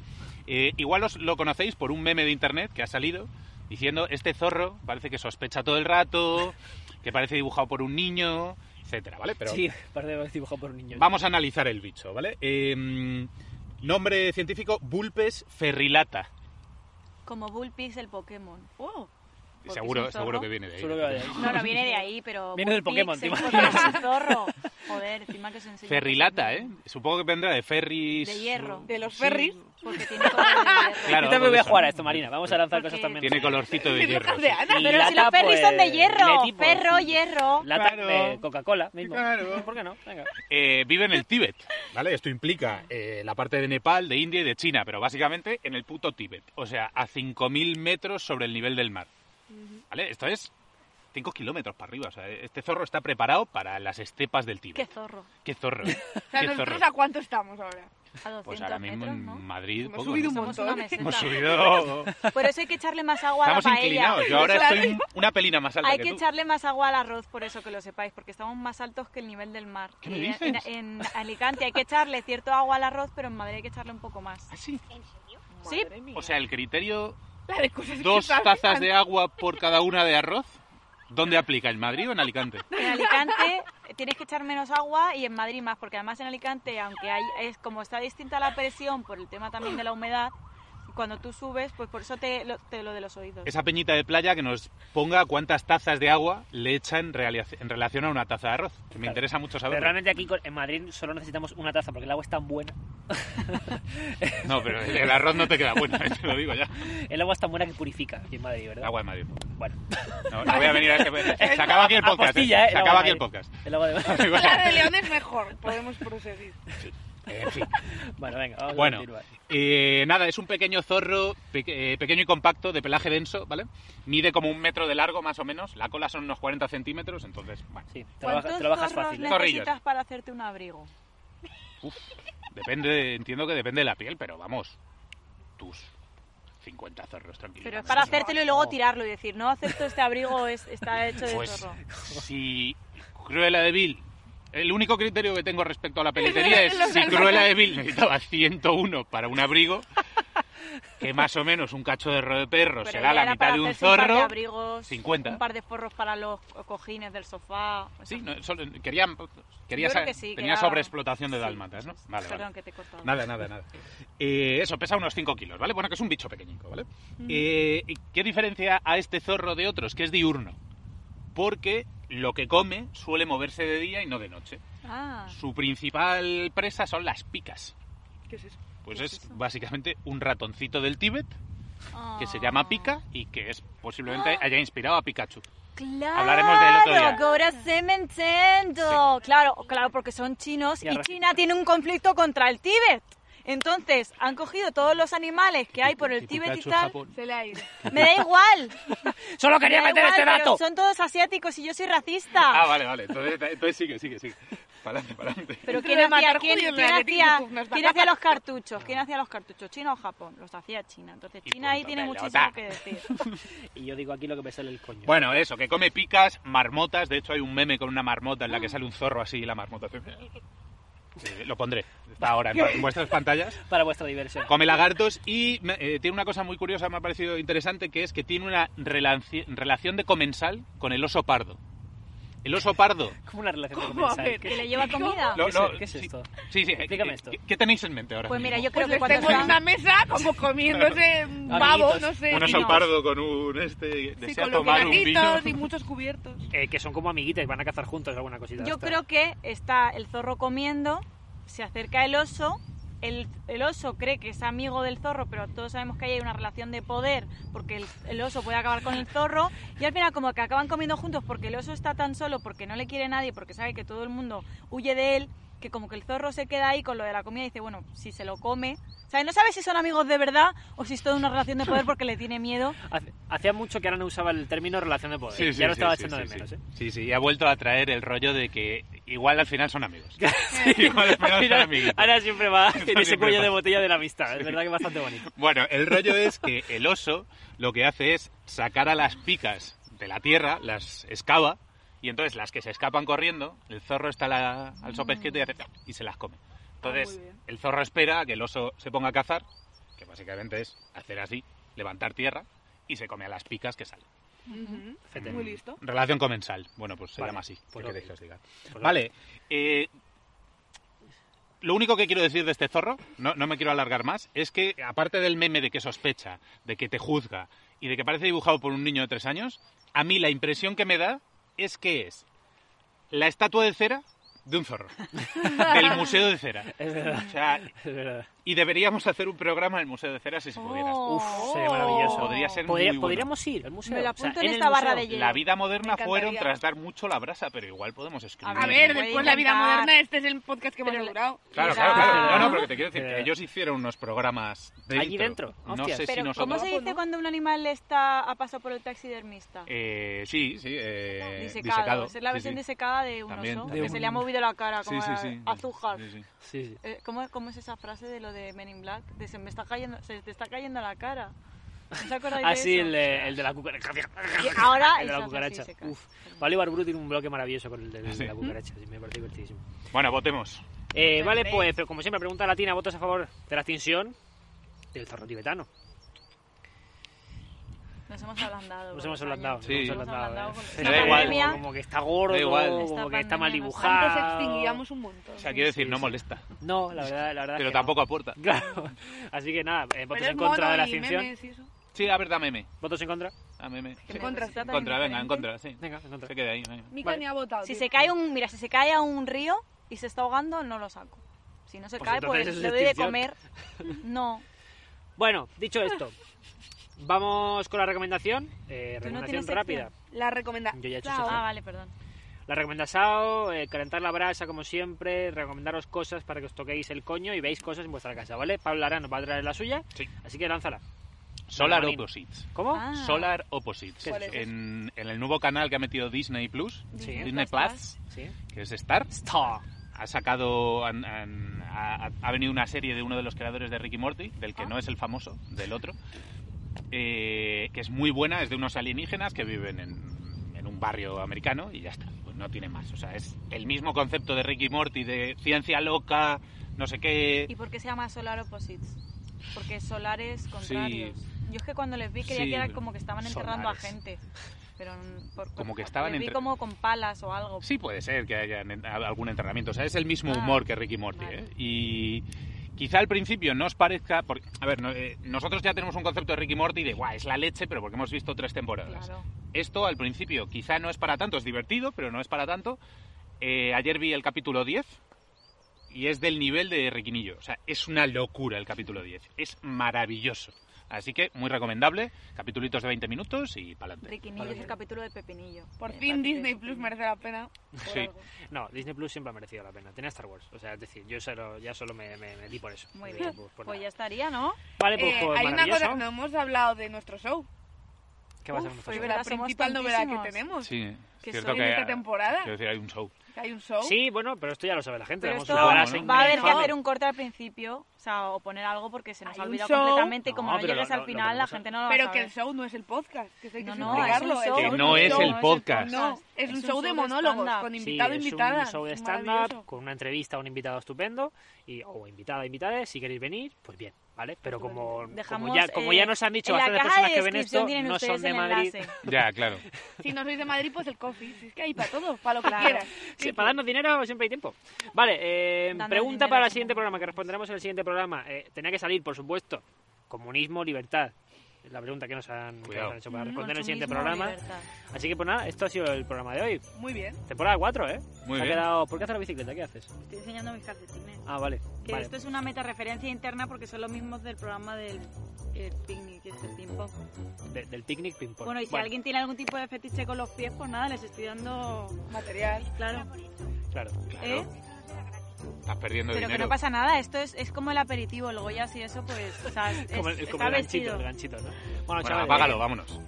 S3: Eh, igual os lo conocéis por un meme de internet que ha salido diciendo este zorro parece que sospecha todo el rato, que parece dibujado por un niño, etcétera, ¿vale? Pero
S1: Sí, parece que es dibujado por un niño.
S3: vamos a analizar el bicho, ¿vale? Eh, nombre científico Bulpes ferrilata.
S4: Como Bullpix el Pokémon. Oh. Porque es un
S3: Seguro,
S4: zorro.
S3: seguro que viene de ahí.
S1: Solo que vaya ahí.
S4: No, no, viene de ahí, pero.
S1: Viene del
S4: Bullpix,
S1: Pokémon,
S4: el
S1: tío.
S4: Pokémon, zorro. Joder, encima que se enseña.
S3: Ferrilata, ¿eh? Supongo que vendrá de ferris.
S4: De hierro.
S2: De los ferries.
S4: Porque tiene color de hierro.
S3: Claro,
S1: Yo también
S3: por
S1: voy a
S3: eso.
S1: jugar a esto, Marina. Vamos a lanzar
S4: Porque
S1: cosas también.
S3: Tiene colorcito de hierro.
S2: De Ana.
S1: Y
S4: Pero
S1: lata,
S4: si los ferries son de
S1: pues,
S4: hierro.
S1: le tipo-
S4: Ferro, hierro.
S1: Lata
S3: Claro.
S1: de eh, Coca-Cola mismo.
S3: Claro.
S1: ¿Por qué no? Venga.
S3: eh, vive en el Tíbet, ¿vale? Esto implica eh, la parte de Nepal, de India y de China, pero básicamente en el puto Tíbet, o sea, a 5.000 metros sobre el nivel del mar, ¿vale? Esto es 5 kilómetros para arriba, o sea, este zorro está preparado para las estepas del
S4: Qué
S3: Tíbet.
S4: zorro.
S3: Qué zorro, ¿eh?
S2: O sea,
S3: qué
S2: ¿nosotros
S3: zorro.
S2: a cuánto estamos ahora?
S4: A 200
S3: Pues ahora mismo
S4: metros,
S3: en
S4: ¿no?
S3: Madrid...
S2: Hemos
S3: poco,
S2: subido un
S3: ¿no?
S4: Somos una
S2: montón.
S4: meseta.
S3: Hemos subido...
S4: Por eso hay que echarle más agua a la
S3: Estamos
S4: paella.
S3: inclinados, yo ahora estoy una pelina más alta
S4: Hay
S3: que
S4: que,
S3: tú.
S4: echarle más agua al arroz, por eso que lo sepáis, porque estamos más altos que el nivel del mar.
S3: ¿Qué me
S4: Y
S3: dices?
S4: En, en Alicante hay que echarle cierto agua al arroz, pero en Madrid hay que echarle un poco más.
S3: ¿Ah, sí?
S4: Sí,
S3: O sea, el criterio
S2: La de cosas que
S3: dos
S2: pasan.
S3: tazas de agua por cada una de arroz, ¿dónde aplica? ¿En Madrid o en Alicante?
S4: en Alicante tienes que echar menos agua y en Madrid más, porque además en Alicante, aunque hay, es como está distinta la presión por el tema también de la humedad, cuando tú subes, pues por eso te lo, te lo de los oídos.
S3: esa peñita de playa que nos ponga cuántas tazas de agua le echan reali- en relación a una taza de arroz. Que me
S1: Claro.
S3: interesa mucho
S1: Pero
S3: saberlo.
S1: realmente aquí con- en Madrid solo necesitamos una taza porque el agua es tan buena.
S3: No, pero el, el arroz no te queda bueno, eh, te lo digo ya.
S1: El agua es tan buena que purifica aquí en Madrid, ¿verdad?
S3: Agua de Madrid.
S1: Bueno,
S3: No, no voy a venir a este... Se acaba aquí el podcast.
S1: Apostilla,
S3: eh.
S1: eh,
S3: Se
S1: el agua
S3: acaba aquí
S1: de
S3: el
S1: Madrid.
S3: podcast.
S1: el agua de...
S2: La de León es mejor, podemos proseguir.
S3: En fin.
S1: Bueno, venga, vamos
S3: Bueno.
S1: a continuar.
S3: Eh, nada, es un pequeño zorro, pe- eh, pequeño y compacto, de pelaje denso, ¿vale? Mide como un metro de largo, más o menos. La cola son unos 40 centímetros, entonces, bueno,
S1: Sí, te lo bajas,
S4: ¿Cuántos
S1: te lo bajas
S4: zorros
S1: fácil. ¿eh?
S4: necesitas
S3: Zorrillos.
S4: para hacerte un abrigo?
S3: depende, entiendo que depende de la piel, pero vamos, tus 50 zorros, tranquilo.
S4: Pero es para hacértelo y luego tirarlo y decir, no, acepto este abrigo, es, está hecho de
S3: Oh. Pues
S4: zorro.
S3: si Cruella de Vil, el único criterio que tengo respecto a la peletería es
S2: Los
S3: si Cruella de Vil necesitaba 101 para un abrigo, que más o menos un cacho de ro de perro
S4: Pero
S3: será
S4: ya
S3: la
S4: era
S3: mitad
S4: para
S3: de un
S4: hacerse par de
S3: zorro.
S4: abrigos,
S3: 50.
S4: Un par de forros para los cojines del sofá. o sea,
S3: Sí, no, solo- quería, quería
S4: Yo creo
S3: sa-
S4: que sí, que
S3: tenía
S4: era-
S3: sobreexplotación de
S4: sí.
S3: dálmatas, ¿no? Vale, vale.
S4: Perdón que te he cortado.
S3: Nada, nada, nada. Eh, eso, pesa unos 5 kilos, ¿vale? Bueno, que es un bicho pequeñico, ¿vale?
S4: Mm.
S3: Eh, ¿y ¿Qué diferencia a este zorro de otros? Que es diurno. Porque lo que come suele moverse de día y no de noche.
S4: Ah,
S3: Su principal presa son las picas.
S2: ¿Qué es eso?
S3: Pues
S4: ¿Qué
S3: es,
S4: es eso?
S3: básicamente un ratoncito del Tíbet que se
S4: ah.
S3: llama Pica y que es posiblemente haya inspirado a Pikachu.
S4: Claro,
S3: Hablaremos del otro día.
S4: Gora se me entiendo. Claro, claro, porque son chinos
S1: Y al
S4: y
S1: ref-
S4: China tiene un conflicto contra el Tíbet. Entonces, han cogido todos los animales que hay por el Tíbet y
S3: Pikachu,
S4: tal.
S3: Japón.
S2: Se le ha ido.
S4: Me da igual.
S1: Solo
S4: me
S1: quería
S4: da
S1: meter
S4: igual,
S1: este
S4: pero
S1: dato.
S4: Son todos asiáticos y yo soy racista.
S3: Ah, vale, vale. Entonces, entonces sigue, sigue, sigue. Para adelante, para adelante.
S4: Pero
S2: Eso
S4: ¿quién
S2: de
S4: hacía,
S2: matar
S4: quién,
S2: judíos me pues,
S4: quién
S2: da que tiene
S4: hacía,
S2: tus unas
S4: quién
S2: vacas.
S4: hacía los cartuchos? ¿Quién hacía los cartuchos? ¿China o Japón? Los hacía China. Entonces
S3: Y
S4: China ahí
S3: punto,
S4: tiene
S3: pelota.
S4: muchísimo que decir.
S1: Y yo digo aquí lo que me sale el coño.
S3: Bueno, eso, que come picas, marmotas. De hecho, hay un meme con una marmota en la que sale un zorro así y la marmota hace- Eh, lo pondré. Está ahora en, en vuestras pantallas.
S1: Para vuestra diversión.
S3: Come lagartos y me- eh, tiene una cosa muy curiosa, me ha parecido interesante, que es que tiene una relanci- relación de comensal con el oso pardo. El oso pardo.
S1: Como una relación
S2: ¿Cómo? A
S1: con
S2: ver,
S4: ¿Que le lleva comida?
S3: No,
S1: ¿Qué es-
S3: no,
S1: qué es
S3: sí,
S1: esto?
S3: Sí, sí, eh,
S1: Explícame
S3: eh,
S1: esto.
S3: ¿qué, qué tenéis en mente ahora?
S4: Pues mira,
S3: mismo?
S4: yo
S2: Pues
S4: creo que
S2: les
S4: cuando
S2: tengo en
S4: están...
S2: una mesa como comiéndose un pavo, no sé.
S3: Un
S1: Amiguitos.
S3: oso pardo con un este
S2: Sí,
S3: desea
S2: con los
S3: tomar un vino.
S2: vinajitos y muchos cubiertos.
S1: Eh, que son como amiguitas y van a cazar juntos alguna cosita.
S4: Yo creo que está el zorro comiendo, se acerca el oso, el, el oso cree que es amigo del zorro, pero todos sabemos que ahí hay una relación de poder, porque el, el oso puede acabar con el zorro, y al final como que acaban comiendo juntos porque el oso está tan solo, porque no le quiere nadie, porque sabe que todo el mundo huye de él, que como que el zorro se queda ahí con lo de la comida y dice, bueno, si se lo come... O sea, no sabe si son amigos de verdad o si es toda una relación de poder porque le tiene miedo.
S1: Hace- Hacía mucho que ahora no usaba el término relación de poder.
S3: Sí, sí,
S1: ya lo
S3: sí,
S1: estaba
S3: sí,
S1: echando
S3: sí,
S1: de
S3: sí.
S1: menos, ¿eh?
S3: Sí, sí, y ha vuelto a traer el rollo de que igual al final son amigos. igual al final son
S1: Mira,
S3: amiguitos.
S1: ahora siempre va en
S3: Siempre
S1: ese cuello de
S3: pasa.
S1: botella de la amistad. Es verdad que es bastante bonito.
S3: Bueno, el rollo es que el oso lo que hace es sacar a las picas de la tierra, las excava, y entonces las que se escapan corriendo, el zorro está la- al sopesquete y, hace tap, y se las come.
S2: Ah,
S3: Entonces,
S2: muy bien.
S3: el zorro espera a que el oso se ponga a cazar, que básicamente es hacer así, levantar tierra, y se come a las picas que salen.
S1: Fete.
S2: Muy listo.
S3: Relación comensal. Bueno, pues se
S1: Vale,
S3: llama así.
S1: pues
S3: ¿qué
S1: ok.
S3: queréis que os diga?
S1: Pues
S3: Vale. eh, lo único que quiero decir de este zorro, no, no me quiero alargar más, es que aparte del meme de que sospecha, de que te juzga y de que parece dibujado por un niño de tres años, a mí la impresión que me da es que es la estatua de cera de un zorro, del Museo de Cera.
S1: Es verdad,
S3: O sea,
S1: es verdad.
S3: y deberíamos hacer un programa del Museo de Cera si se pudiera.
S1: Pues
S2: Oh,
S1: Uf, sería maravilloso.
S3: Podría ser
S1: Podría-
S3: muy bueno.
S1: Podríamos ir al museo.
S4: Me lo
S1: o sea,
S4: apunto en
S1: el
S4: esta barra
S1: museo.
S4: de hielo.
S3: La vida moderna
S2: Me
S3: fueron
S2: encantaría.
S3: tras dar mucho la brasa, pero igual podemos escribir.
S4: A
S2: A
S4: Sí,
S2: ver,
S4: puede
S2: después la vida
S4: intentar.
S2: moderna, este es el podcast que
S4: Pero
S2: hemos
S4: la-
S2: logrado.
S3: Claro,
S4: Claro.
S3: claro, claro. No, no, pero que te quiero decir que
S1: Pero-
S3: ellos hicieron unos programas dentro.
S1: Allí dentro,
S3: No
S1: hostias.
S3: sé si
S4: Pero ¿cómo
S3: nosotros.
S4: se dice cuando un animal está ha pasado por el taxidermista?
S3: Eh, sí, sí, eh,
S4: disecado.
S3: disecado.
S4: Esa es la
S3: Sí,
S4: versión
S3: sí.
S4: disecada de un
S3: También,
S4: oso,
S3: también.
S4: que se le ha movido la cara
S3: Sí,
S4: como
S3: sí,
S4: a-
S3: sí.
S4: azúcar.
S3: Sí, sí.
S1: Sí, sí.
S4: Eh, ¿Cómo, cómo es esa frase de lo de Men in Black? De se me está cayendo, se te está cayendo la cara. ¿Os acordáis de
S1: Así
S4: eso?
S1: Ah, el, de- el de la cucaracha.
S4: Y ahora
S1: el de
S4: es
S1: la
S4: así,
S1: cucaracha.
S4: se cae.
S1: Uf. Pablo Ibarburu tiene un bloque maravilloso con el de,
S3: Sí.
S1: la cucaracha. sí, me parece divertidísimo.
S4: Pues
S3: Bueno, votemos.
S1: Eh, vale,
S4: Perfecto.
S1: pues pero como siempre, pregunta latina, votos a favor de la extinción del zorro tibetano.
S4: Nos hemos ablandado.
S1: Nos
S4: con
S1: hemos
S4: los
S1: ablandado.
S4: años.
S3: Sí.
S1: Nos hemos ablandado.
S4: Nos hemos
S1: eh.
S4: ablandado con
S3: Da
S4: esta
S3: igual.
S4: pandemia.
S1: Como que está gordo,
S3: Da igual.
S1: como que
S4: Esta
S1: está mal
S4: pandemia nos
S1: dibujado.
S2: Antes extinguíamos un montón.
S3: O sea, quiero decir,
S1: sí,
S3: no
S1: sí.
S3: molesta,
S1: No, la verdad, la verdad. es
S3: pero
S1: que no.
S3: tampoco aporta.
S1: Claro. Así que nada, eh, votos
S2: Pero es
S1: en contra
S2: mono
S1: de la
S2: y
S1: extinción.
S2: memes y eso.
S3: Sí, a ver, da meme.
S1: ¿Votos en contra?
S3: Da meme.
S4: Que
S3: Sí.
S4: me
S2: contra,
S4: resulta
S3: En
S4: tan
S3: contra, venga, en
S4: indiferente.
S3: contra, sí.
S1: Venga, en contra.
S3: Se queda ahí. venga.
S2: Mica
S1: Vale.
S2: ni ha votado.
S4: Si
S2: tío.
S4: se cae un, mira, si se cae a un río y se está ahogando, no lo saco. Si no se
S1: Pues
S4: cae,
S1: entonces
S4: pues
S1: es
S4: le doy de
S1: extinción.
S4: comer. No.
S1: Bueno, dicho esto, vamos con la recomendación. Eh,
S4: Tú no
S1: recomendación
S4: tienes
S1: rápida.
S4: sección.
S2: La recomenda.
S1: Yo ya he hecho
S2: Lao.
S4: Ah, vale, perdón.
S1: La recomendación, eh, calentar la brasa como siempre, recomendaros cosas para que os toquéis el coño y veáis cosas en vuestra casa, ¿vale? Pablo Arán nos va a traer la suya,
S3: Sí.
S1: así que lánzala.
S3: Solar
S1: Manolín.
S3: Opposites.
S1: ¿Cómo?
S4: Ah.
S3: Solar Opposites.
S1: ¿Qué es eso?
S3: En, en el nuevo canal que ha metido Disney Plus,
S1: Sí.
S3: Disney Plus,
S1: Sí.
S3: que es Star,
S1: Star.
S3: ha sacado, han- han- ha, ha venido una serie de uno de los creadores de Ricky Morty, del que
S4: Ah.
S3: no es el famoso, del otro, eh, que es muy buena, es de unos alienígenas que viven en, en un barrio americano y ya está, pues no tiene más. O sea, es el mismo concepto de Ricky Morty, de ciencia loca, no sé qué.
S4: ¿Y por qué se llama Solar Opposites? Porque solares contrarios. Yo es que cuando les vi creía
S3: Sí,
S4: que era como que estaban enterrando
S3: solares.
S4: a gente. Pero n- por-
S3: Como
S4: por-
S3: que estaban
S4: les vi
S3: entre-
S4: como con palas o algo.
S3: Sí, puede ser que haya en- a- algún entrenamiento. O sea, es el mismo
S4: Ah,
S3: humor que Ricky Morty.
S4: vale.
S3: ¿eh? Y quizá al principio no os parezca. Porque, a ver, no- eh, nosotros ya tenemos un concepto de Ricky Morty de guau, es la leche, pero porque hemos visto tres temporadas.
S4: Claro.
S3: Esto al principio quizá no es para tanto, es divertido, pero no es para tanto. Eh, ayer vi el capítulo 10 y es del nivel de Riquinillo. O sea, es una locura el capítulo 10. Es maravilloso. Así que muy recomendable. Capitulitos de 20 minutos y para adelante.
S4: Riquinillo es el capítulo del Pepinillo.
S2: Por
S4: Me
S2: fin
S4: parece que
S2: Disney
S4: es
S2: Plus
S4: un-
S2: merece la pena.
S4: por
S3: Sí.
S4: algo.
S1: No, Disney Plus siempre ha merecido la pena. Tenía Star Wars. O sea, es decir, yo solo, ya solo me, me, me di por eso.
S4: Muy
S1: Me
S4: bien.
S1: di por- por
S4: Pues ya
S1: nada.
S4: estaría, ¿no?
S1: Vale, pues,
S2: Eh,
S1: pues
S2: hay una
S1: maravilloso.
S2: cosa, no hemos hablado de nuestro show.
S1: ¿Qué vas a hacer
S4: Uf,
S1: con
S4: es
S1: esta
S4: verdad,
S2: la
S4: somos
S2: principal novedad que
S4: tantísimos.
S2: tenemos
S3: Sí, es
S4: Que
S3: cierto
S4: soy
S3: que
S2: en esta temporada.
S3: quiero decir, hay un show.
S2: Que hay un show.
S1: Sí, bueno, pero esto ya lo sabe la gente.
S4: Pero
S1: Vamos,
S4: esto
S1: una hora
S3: No,
S1: sin-
S3: no.
S4: va a haber que
S1: infame.
S4: hacer un corte al principio, o sea, o poner algo porque se nos
S2: Hay
S4: ha
S2: un
S4: olvidado
S2: show.
S4: completamente y como
S1: No,
S4: no,
S1: pero
S4: llegues
S1: lo-
S4: al
S1: lo- lo
S4: final la
S1: ponemos-
S4: gente no lo va a
S2: Pero que
S4: saber.
S2: el show no es el podcast, que eso hay que
S4: No, no, es
S2: explicarlo.
S4: un
S2: El
S4: show.
S3: Que no es
S2: show.
S3: el podcast.
S2: No, es un show de monólogos,
S4: stand-up.
S2: con
S1: Sí,
S2: invitado,
S1: es
S2: invitada.
S1: un show de
S2: Es
S1: stand-up
S2: maravilloso.
S1: con una entrevista a un invitado estupendo y, o invitada, invitada, si queréis venir, pues bien, ¿vale? Pero como, como,
S4: Dejamos,
S1: ya, como ya
S4: eh,
S1: nos han dicho
S4: en la
S1: bastantes
S4: caja
S1: personas
S4: de
S1: que ven
S4: descripción
S1: esto,
S4: tienen
S1: no
S4: ustedes
S1: son de
S4: el
S1: Madrid.
S4: enlace.
S3: Ya, claro.
S2: Si no sois de Madrid, pues el coffee. Si es que hay para todo, para lo que
S4: Claro.
S2: quieras.
S1: Sí, para darnos dinero siempre hay tiempo. Vale, eh,
S4: Dándonos
S1: pregunta
S4: dinero
S1: para el
S4: siempre.
S1: siguiente programa, que responderemos en el siguiente programa. Eh, tenía que salir, por supuesto, comunismo, libertad. Es La pregunta que nos han, que
S3: Cuidado.
S1: nos han hecho para
S4: Mm,
S1: responder en Pues el siguiente
S4: consumismo,
S1: programa.
S4: libertad.
S1: Así que pues nada, esto ha sido el programa de hoy.
S2: Muy bien.
S1: Temporada 4, ¿eh?
S3: Muy
S1: Se ha
S3: bien.
S1: quedado... ¿Por qué haces la bicicleta? ¿Qué haces?
S4: Estoy enseñando mis calcetines.
S1: Ah, vale.
S4: Que
S1: vale.
S4: esto es una metareferencia interna porque son los mismos del programa del eh, picnic, este tiempo.
S1: De- del picnic ping-pong.
S4: Bueno, y si alguien tiene algún tipo de fetiche con los pies, pues nada, les estoy dando.
S2: Material.
S4: Claro,
S1: Claro.
S4: ¿eh?
S3: Claro. Estás perdiendo
S4: Pero que
S3: dinero.
S4: no pasa nada, esto es, es como el aperitivo, luego ya si eso, pues. O sea, es-
S1: Como el,
S4: está
S1: como el ganchito,
S4: vestido.
S1: el ganchito, ¿no? Bueno, eh,
S3: Bueno,
S1: chavales,
S3: apágalo, vámonos.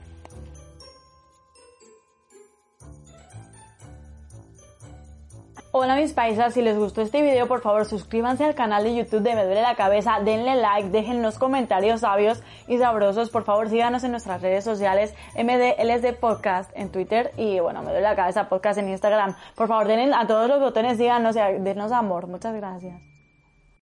S6: Hola mis paisas, si les gustó este video por favor suscríbanse al canal de YouTube de Me Duele la Cabeza, denle like, déjennos comentarios sabios y sabrosos, por favor síganos en nuestras redes sociales MDLSD Podcast en Twitter y bueno, Me Duele la Cabeza Podcast en Instagram, por favor denle a todos los botones, síganos y a- denos amor, muchas gracias.